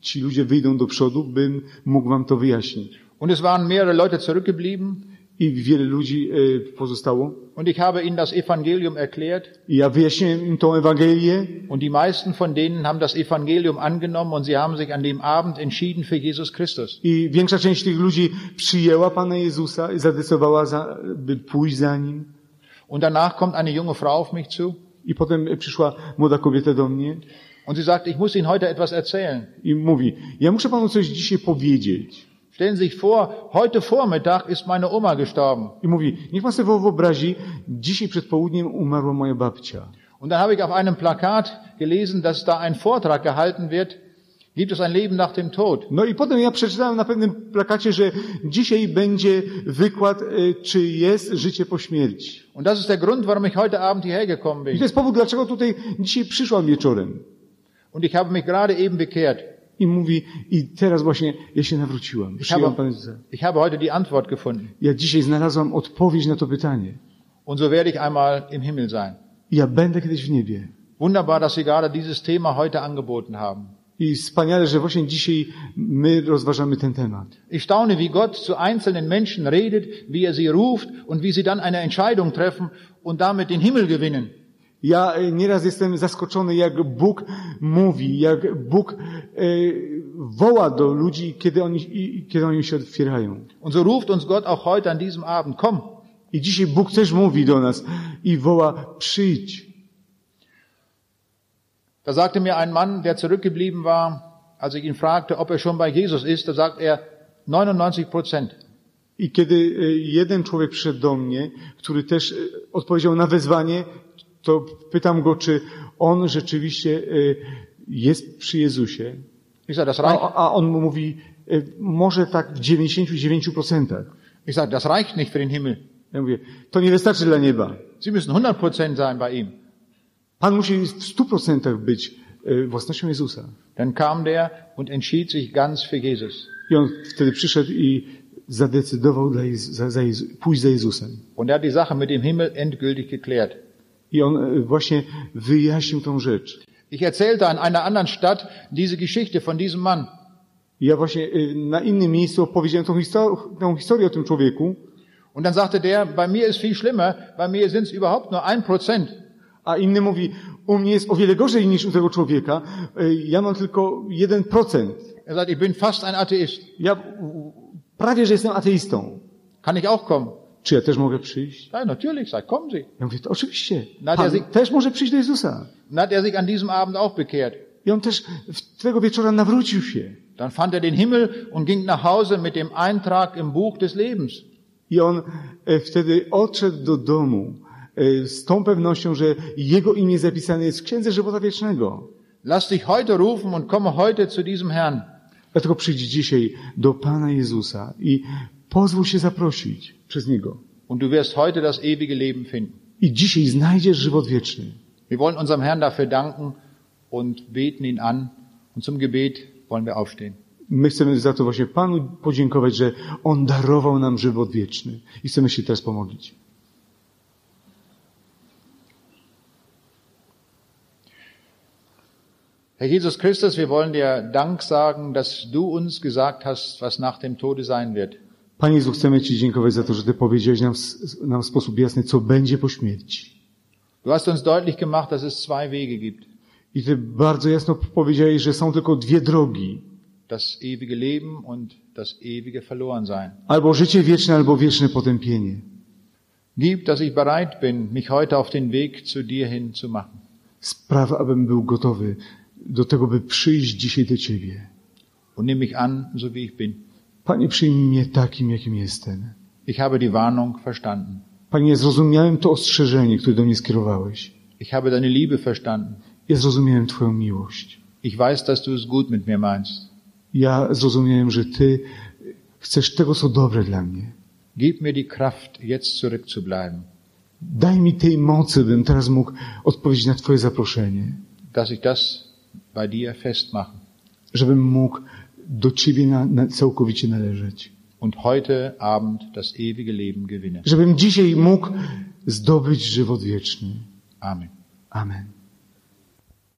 S2: ci ludzie wyjdą do przodu, bym mógł wam to wyjaśnić.
S1: Und es waren mehrere Leute zurückgeblieben
S2: I wiele ludzi e, pozostało.
S1: und ich habe ihnen das Evangelium erklärt
S2: I ja wyjaśniłem im tą Ewangelię
S1: und die meisten von denen haben das Evangelium angenommen und sie haben sich an dem Abend entschieden für Jesus Christus.
S2: i większa część tych ludzi przyjęła Pana Jezusa i zadecydowała, za, by pójść za Nim.
S1: Und danach kommt eine junge Frau auf mich zu
S2: I potem e, przyszła młoda kobieta do mnie
S1: und sie sagt, ich muss Ihnen heute etwas erzählen.
S2: i mówi, ja muszę Panu coś dzisiaj powiedzieć.
S1: Stellen Sie sich vor, heute Vormittag ist meine Oma gestorben.
S2: I mówi, niech pan sobie wyobrazi, dzisiaj przed południem umarła moja babcia.
S1: Und dann habe ich auf einem Plakat gelesen, dass da ein Vortrag gehalten wird, gibt es ein Leben nach dem Tod?
S2: No i potem ja przeczytałem na pewnym plakacie, że dzisiaj będzie wykład, e, czy jest życie po śmierci.
S1: Und das ist der Grund, warum ich heute Abend hierher gekommen
S2: I to
S1: bin.
S2: jest powód, dlaczego tutaj dzisiaj przyszłam wieczorem.
S1: Und ich habe mich gerade eben bekehrt.
S2: I mówi, i teraz właśnie ja się nawróciłam.
S1: Ich habe,
S2: Przyjąłem Pana Jezusa.
S1: ich habe heute die Antwort gefunden.
S2: Ja dzisiaj znalazłam odpowiedź na to pytanie.
S1: Und so werde ich einmal im Himmel sein.
S2: I ja będę kiedyś w niebie.
S1: Wunderbar, dass Sie gerade dieses Thema heute angeboten haben.
S2: I wspaniale, że właśnie dzisiaj my rozważamy ten temat.
S1: Ich staune, wie Gott zu einzelnen Menschen redet, wie er sie ruft und wie sie dann eine Entscheidung treffen und damit den Himmel gewinnen.
S2: Ja e, nieraz jestem zaskoczony, jak Bóg mówi, jak Bóg e, woła do ludzi, kiedy oni, i- i- kiedy oni się otwierają.
S1: Und so ruft uns Gott auch heute an diesem Abend, komm.
S2: I dzisiaj Bóg też mówi do nas i woła, przyjdź.
S1: Da sagte mir ein Mann, der zurückgeblieben war, als ich ihn fragte, ob er schon bei Jesus ist, da sagt er 99 Prozent.
S2: I kiedy e, jeden człowiek przyszedł do mnie, który też e, odpowiedział na wezwanie, to pytam go, czy on rzeczywiście e, jest przy Jezusie.
S1: Ich sage, das reicht.
S2: A, a on mu mówi, e, może tak w 99%.
S1: Ich sage, das reicht nicht für den Himmel.
S2: Ja mówię, to nie wystarczy dla nieba.
S1: Sie müssen 100 Prozent sein bei ihm.
S2: Pan musi w stu procentach być e, własnością Jezusa.
S1: Dann kam der und entschied sich ganz für Jesus.
S2: I on wtedy przyszedł i zadecydował dla Jezu, za, za Jezu, pójść za Jezusem.
S1: Und er hat die Sache mit dem Himmel endgültig geklärt.
S2: I on e, właśnie wyjaśnił tą rzecz.
S1: Ich erzählte an einer anderen Stadt diese Geschichte von diesem Mann.
S2: I ja właśnie e, na innym miejscu opowiedziałem tą, histo- tą historię o tym człowieku,
S1: Und dann sagte der, bei mir ist viel schlimmer, bei mir sind es überhaupt nur ein Prozent.
S2: a inny mówi, u mnie jest o wiele gorzej niż u tego człowieka, e, ja mam tylko 1%.
S1: Er sagt, ich bin fast ein Atheist.
S2: Ja u- u- prawie, że jestem ateistą.
S1: Kann ich auch kommen?
S2: Czy ja też mogę przyjść?
S1: Ja, natürlich, sagt, kommen Sie.
S2: Ja mówię, to oczywiście,
S1: Nadia,
S2: pan
S1: Sie-
S2: też może przyjść do Jezusa.
S1: Dann hat er sich an diesem Abend auch bekehrt.
S2: I on też w- tego wieczora nawrócił się.
S1: Dann fand er den Himmel und ging nach Hause mit dem Eintrag im Buch des Lebens.
S2: I on e, wtedy odszedł do domu e, z tą pewnością, że jego imię zapisane jest w Księdze Żywota Wiecznego.
S1: Lass dich heute rufen und komme heute zu diesem Herrn.
S2: Dlatego przyjdź dzisiaj do Pana Jezusa i pozwól się zaprosić przez Niego.
S1: Und du wirst heute das ewige Leben finden.
S2: I dzisiaj znajdziesz żywot wieczny.
S1: Wir wollen unserem Herrn dafür danken und beten ihn an. Und zum Gebet wollen wir aufstehen.
S2: My chcemy za to właśnie Panu podziękować, że On darował nam żywot wieczny. I chcemy się teraz pomodlić.
S1: Herr Jesus Christus, wir wollen dir Dank sagen, dass du uns gesagt hast, was nach dem Tode sein wird.
S2: Panie Jezu, chcemy Ci dziękować za to, że Ty powiedziałeś nam, w- nam w sposób jasny, co będzie po śmierci.
S1: Du hast uns deutlich gemacht, dass es zwei Wege gibt.
S2: I Ty bardzo jasno powiedziałeś, że są tylko dwie drogi.
S1: Das ewige Leben und das ewige Verlorensein.
S2: Albo życie wieczne, albo wieczne potępienie.
S1: Gib, dass ich bereit bin, mich heute auf den Weg zu dir hin zu machen.
S2: Spraw, abym był gotowy do tego, by przyjść dzisiaj do Ciebie.
S1: Und nimm mich an, so wie ich bin.
S2: Panie, przyjmij mnie takim, jakim jestem.
S1: Ich habe die Warnung verstanden.
S2: Panie, zrozumiałem to ostrzeżenie, które do mnie skierowałeś.
S1: Ich habe deine Liebe verstanden.
S2: Ja zrozumiałem Twoją miłość.
S1: Ich weiß, dass du es gut mit mir meinst.
S2: Ja zrozumiałem, że Ty chcesz tego, co dobre dla mnie.
S1: Gib mir die Kraft, jetzt zurückzubleiben,
S2: Daj mi tej mocy, bym teraz mógł odpowiedzieć na Twoje zaproszenie,
S1: dass ich das bei dir festmache
S2: żebym mógł do Ciebie na, na całkowicie należeć.
S1: und heute Abend das ewige Leben gewinne.
S2: Żebym dzisiaj mógł zdobyć żywot wieczny.
S1: Amen.
S2: Amen.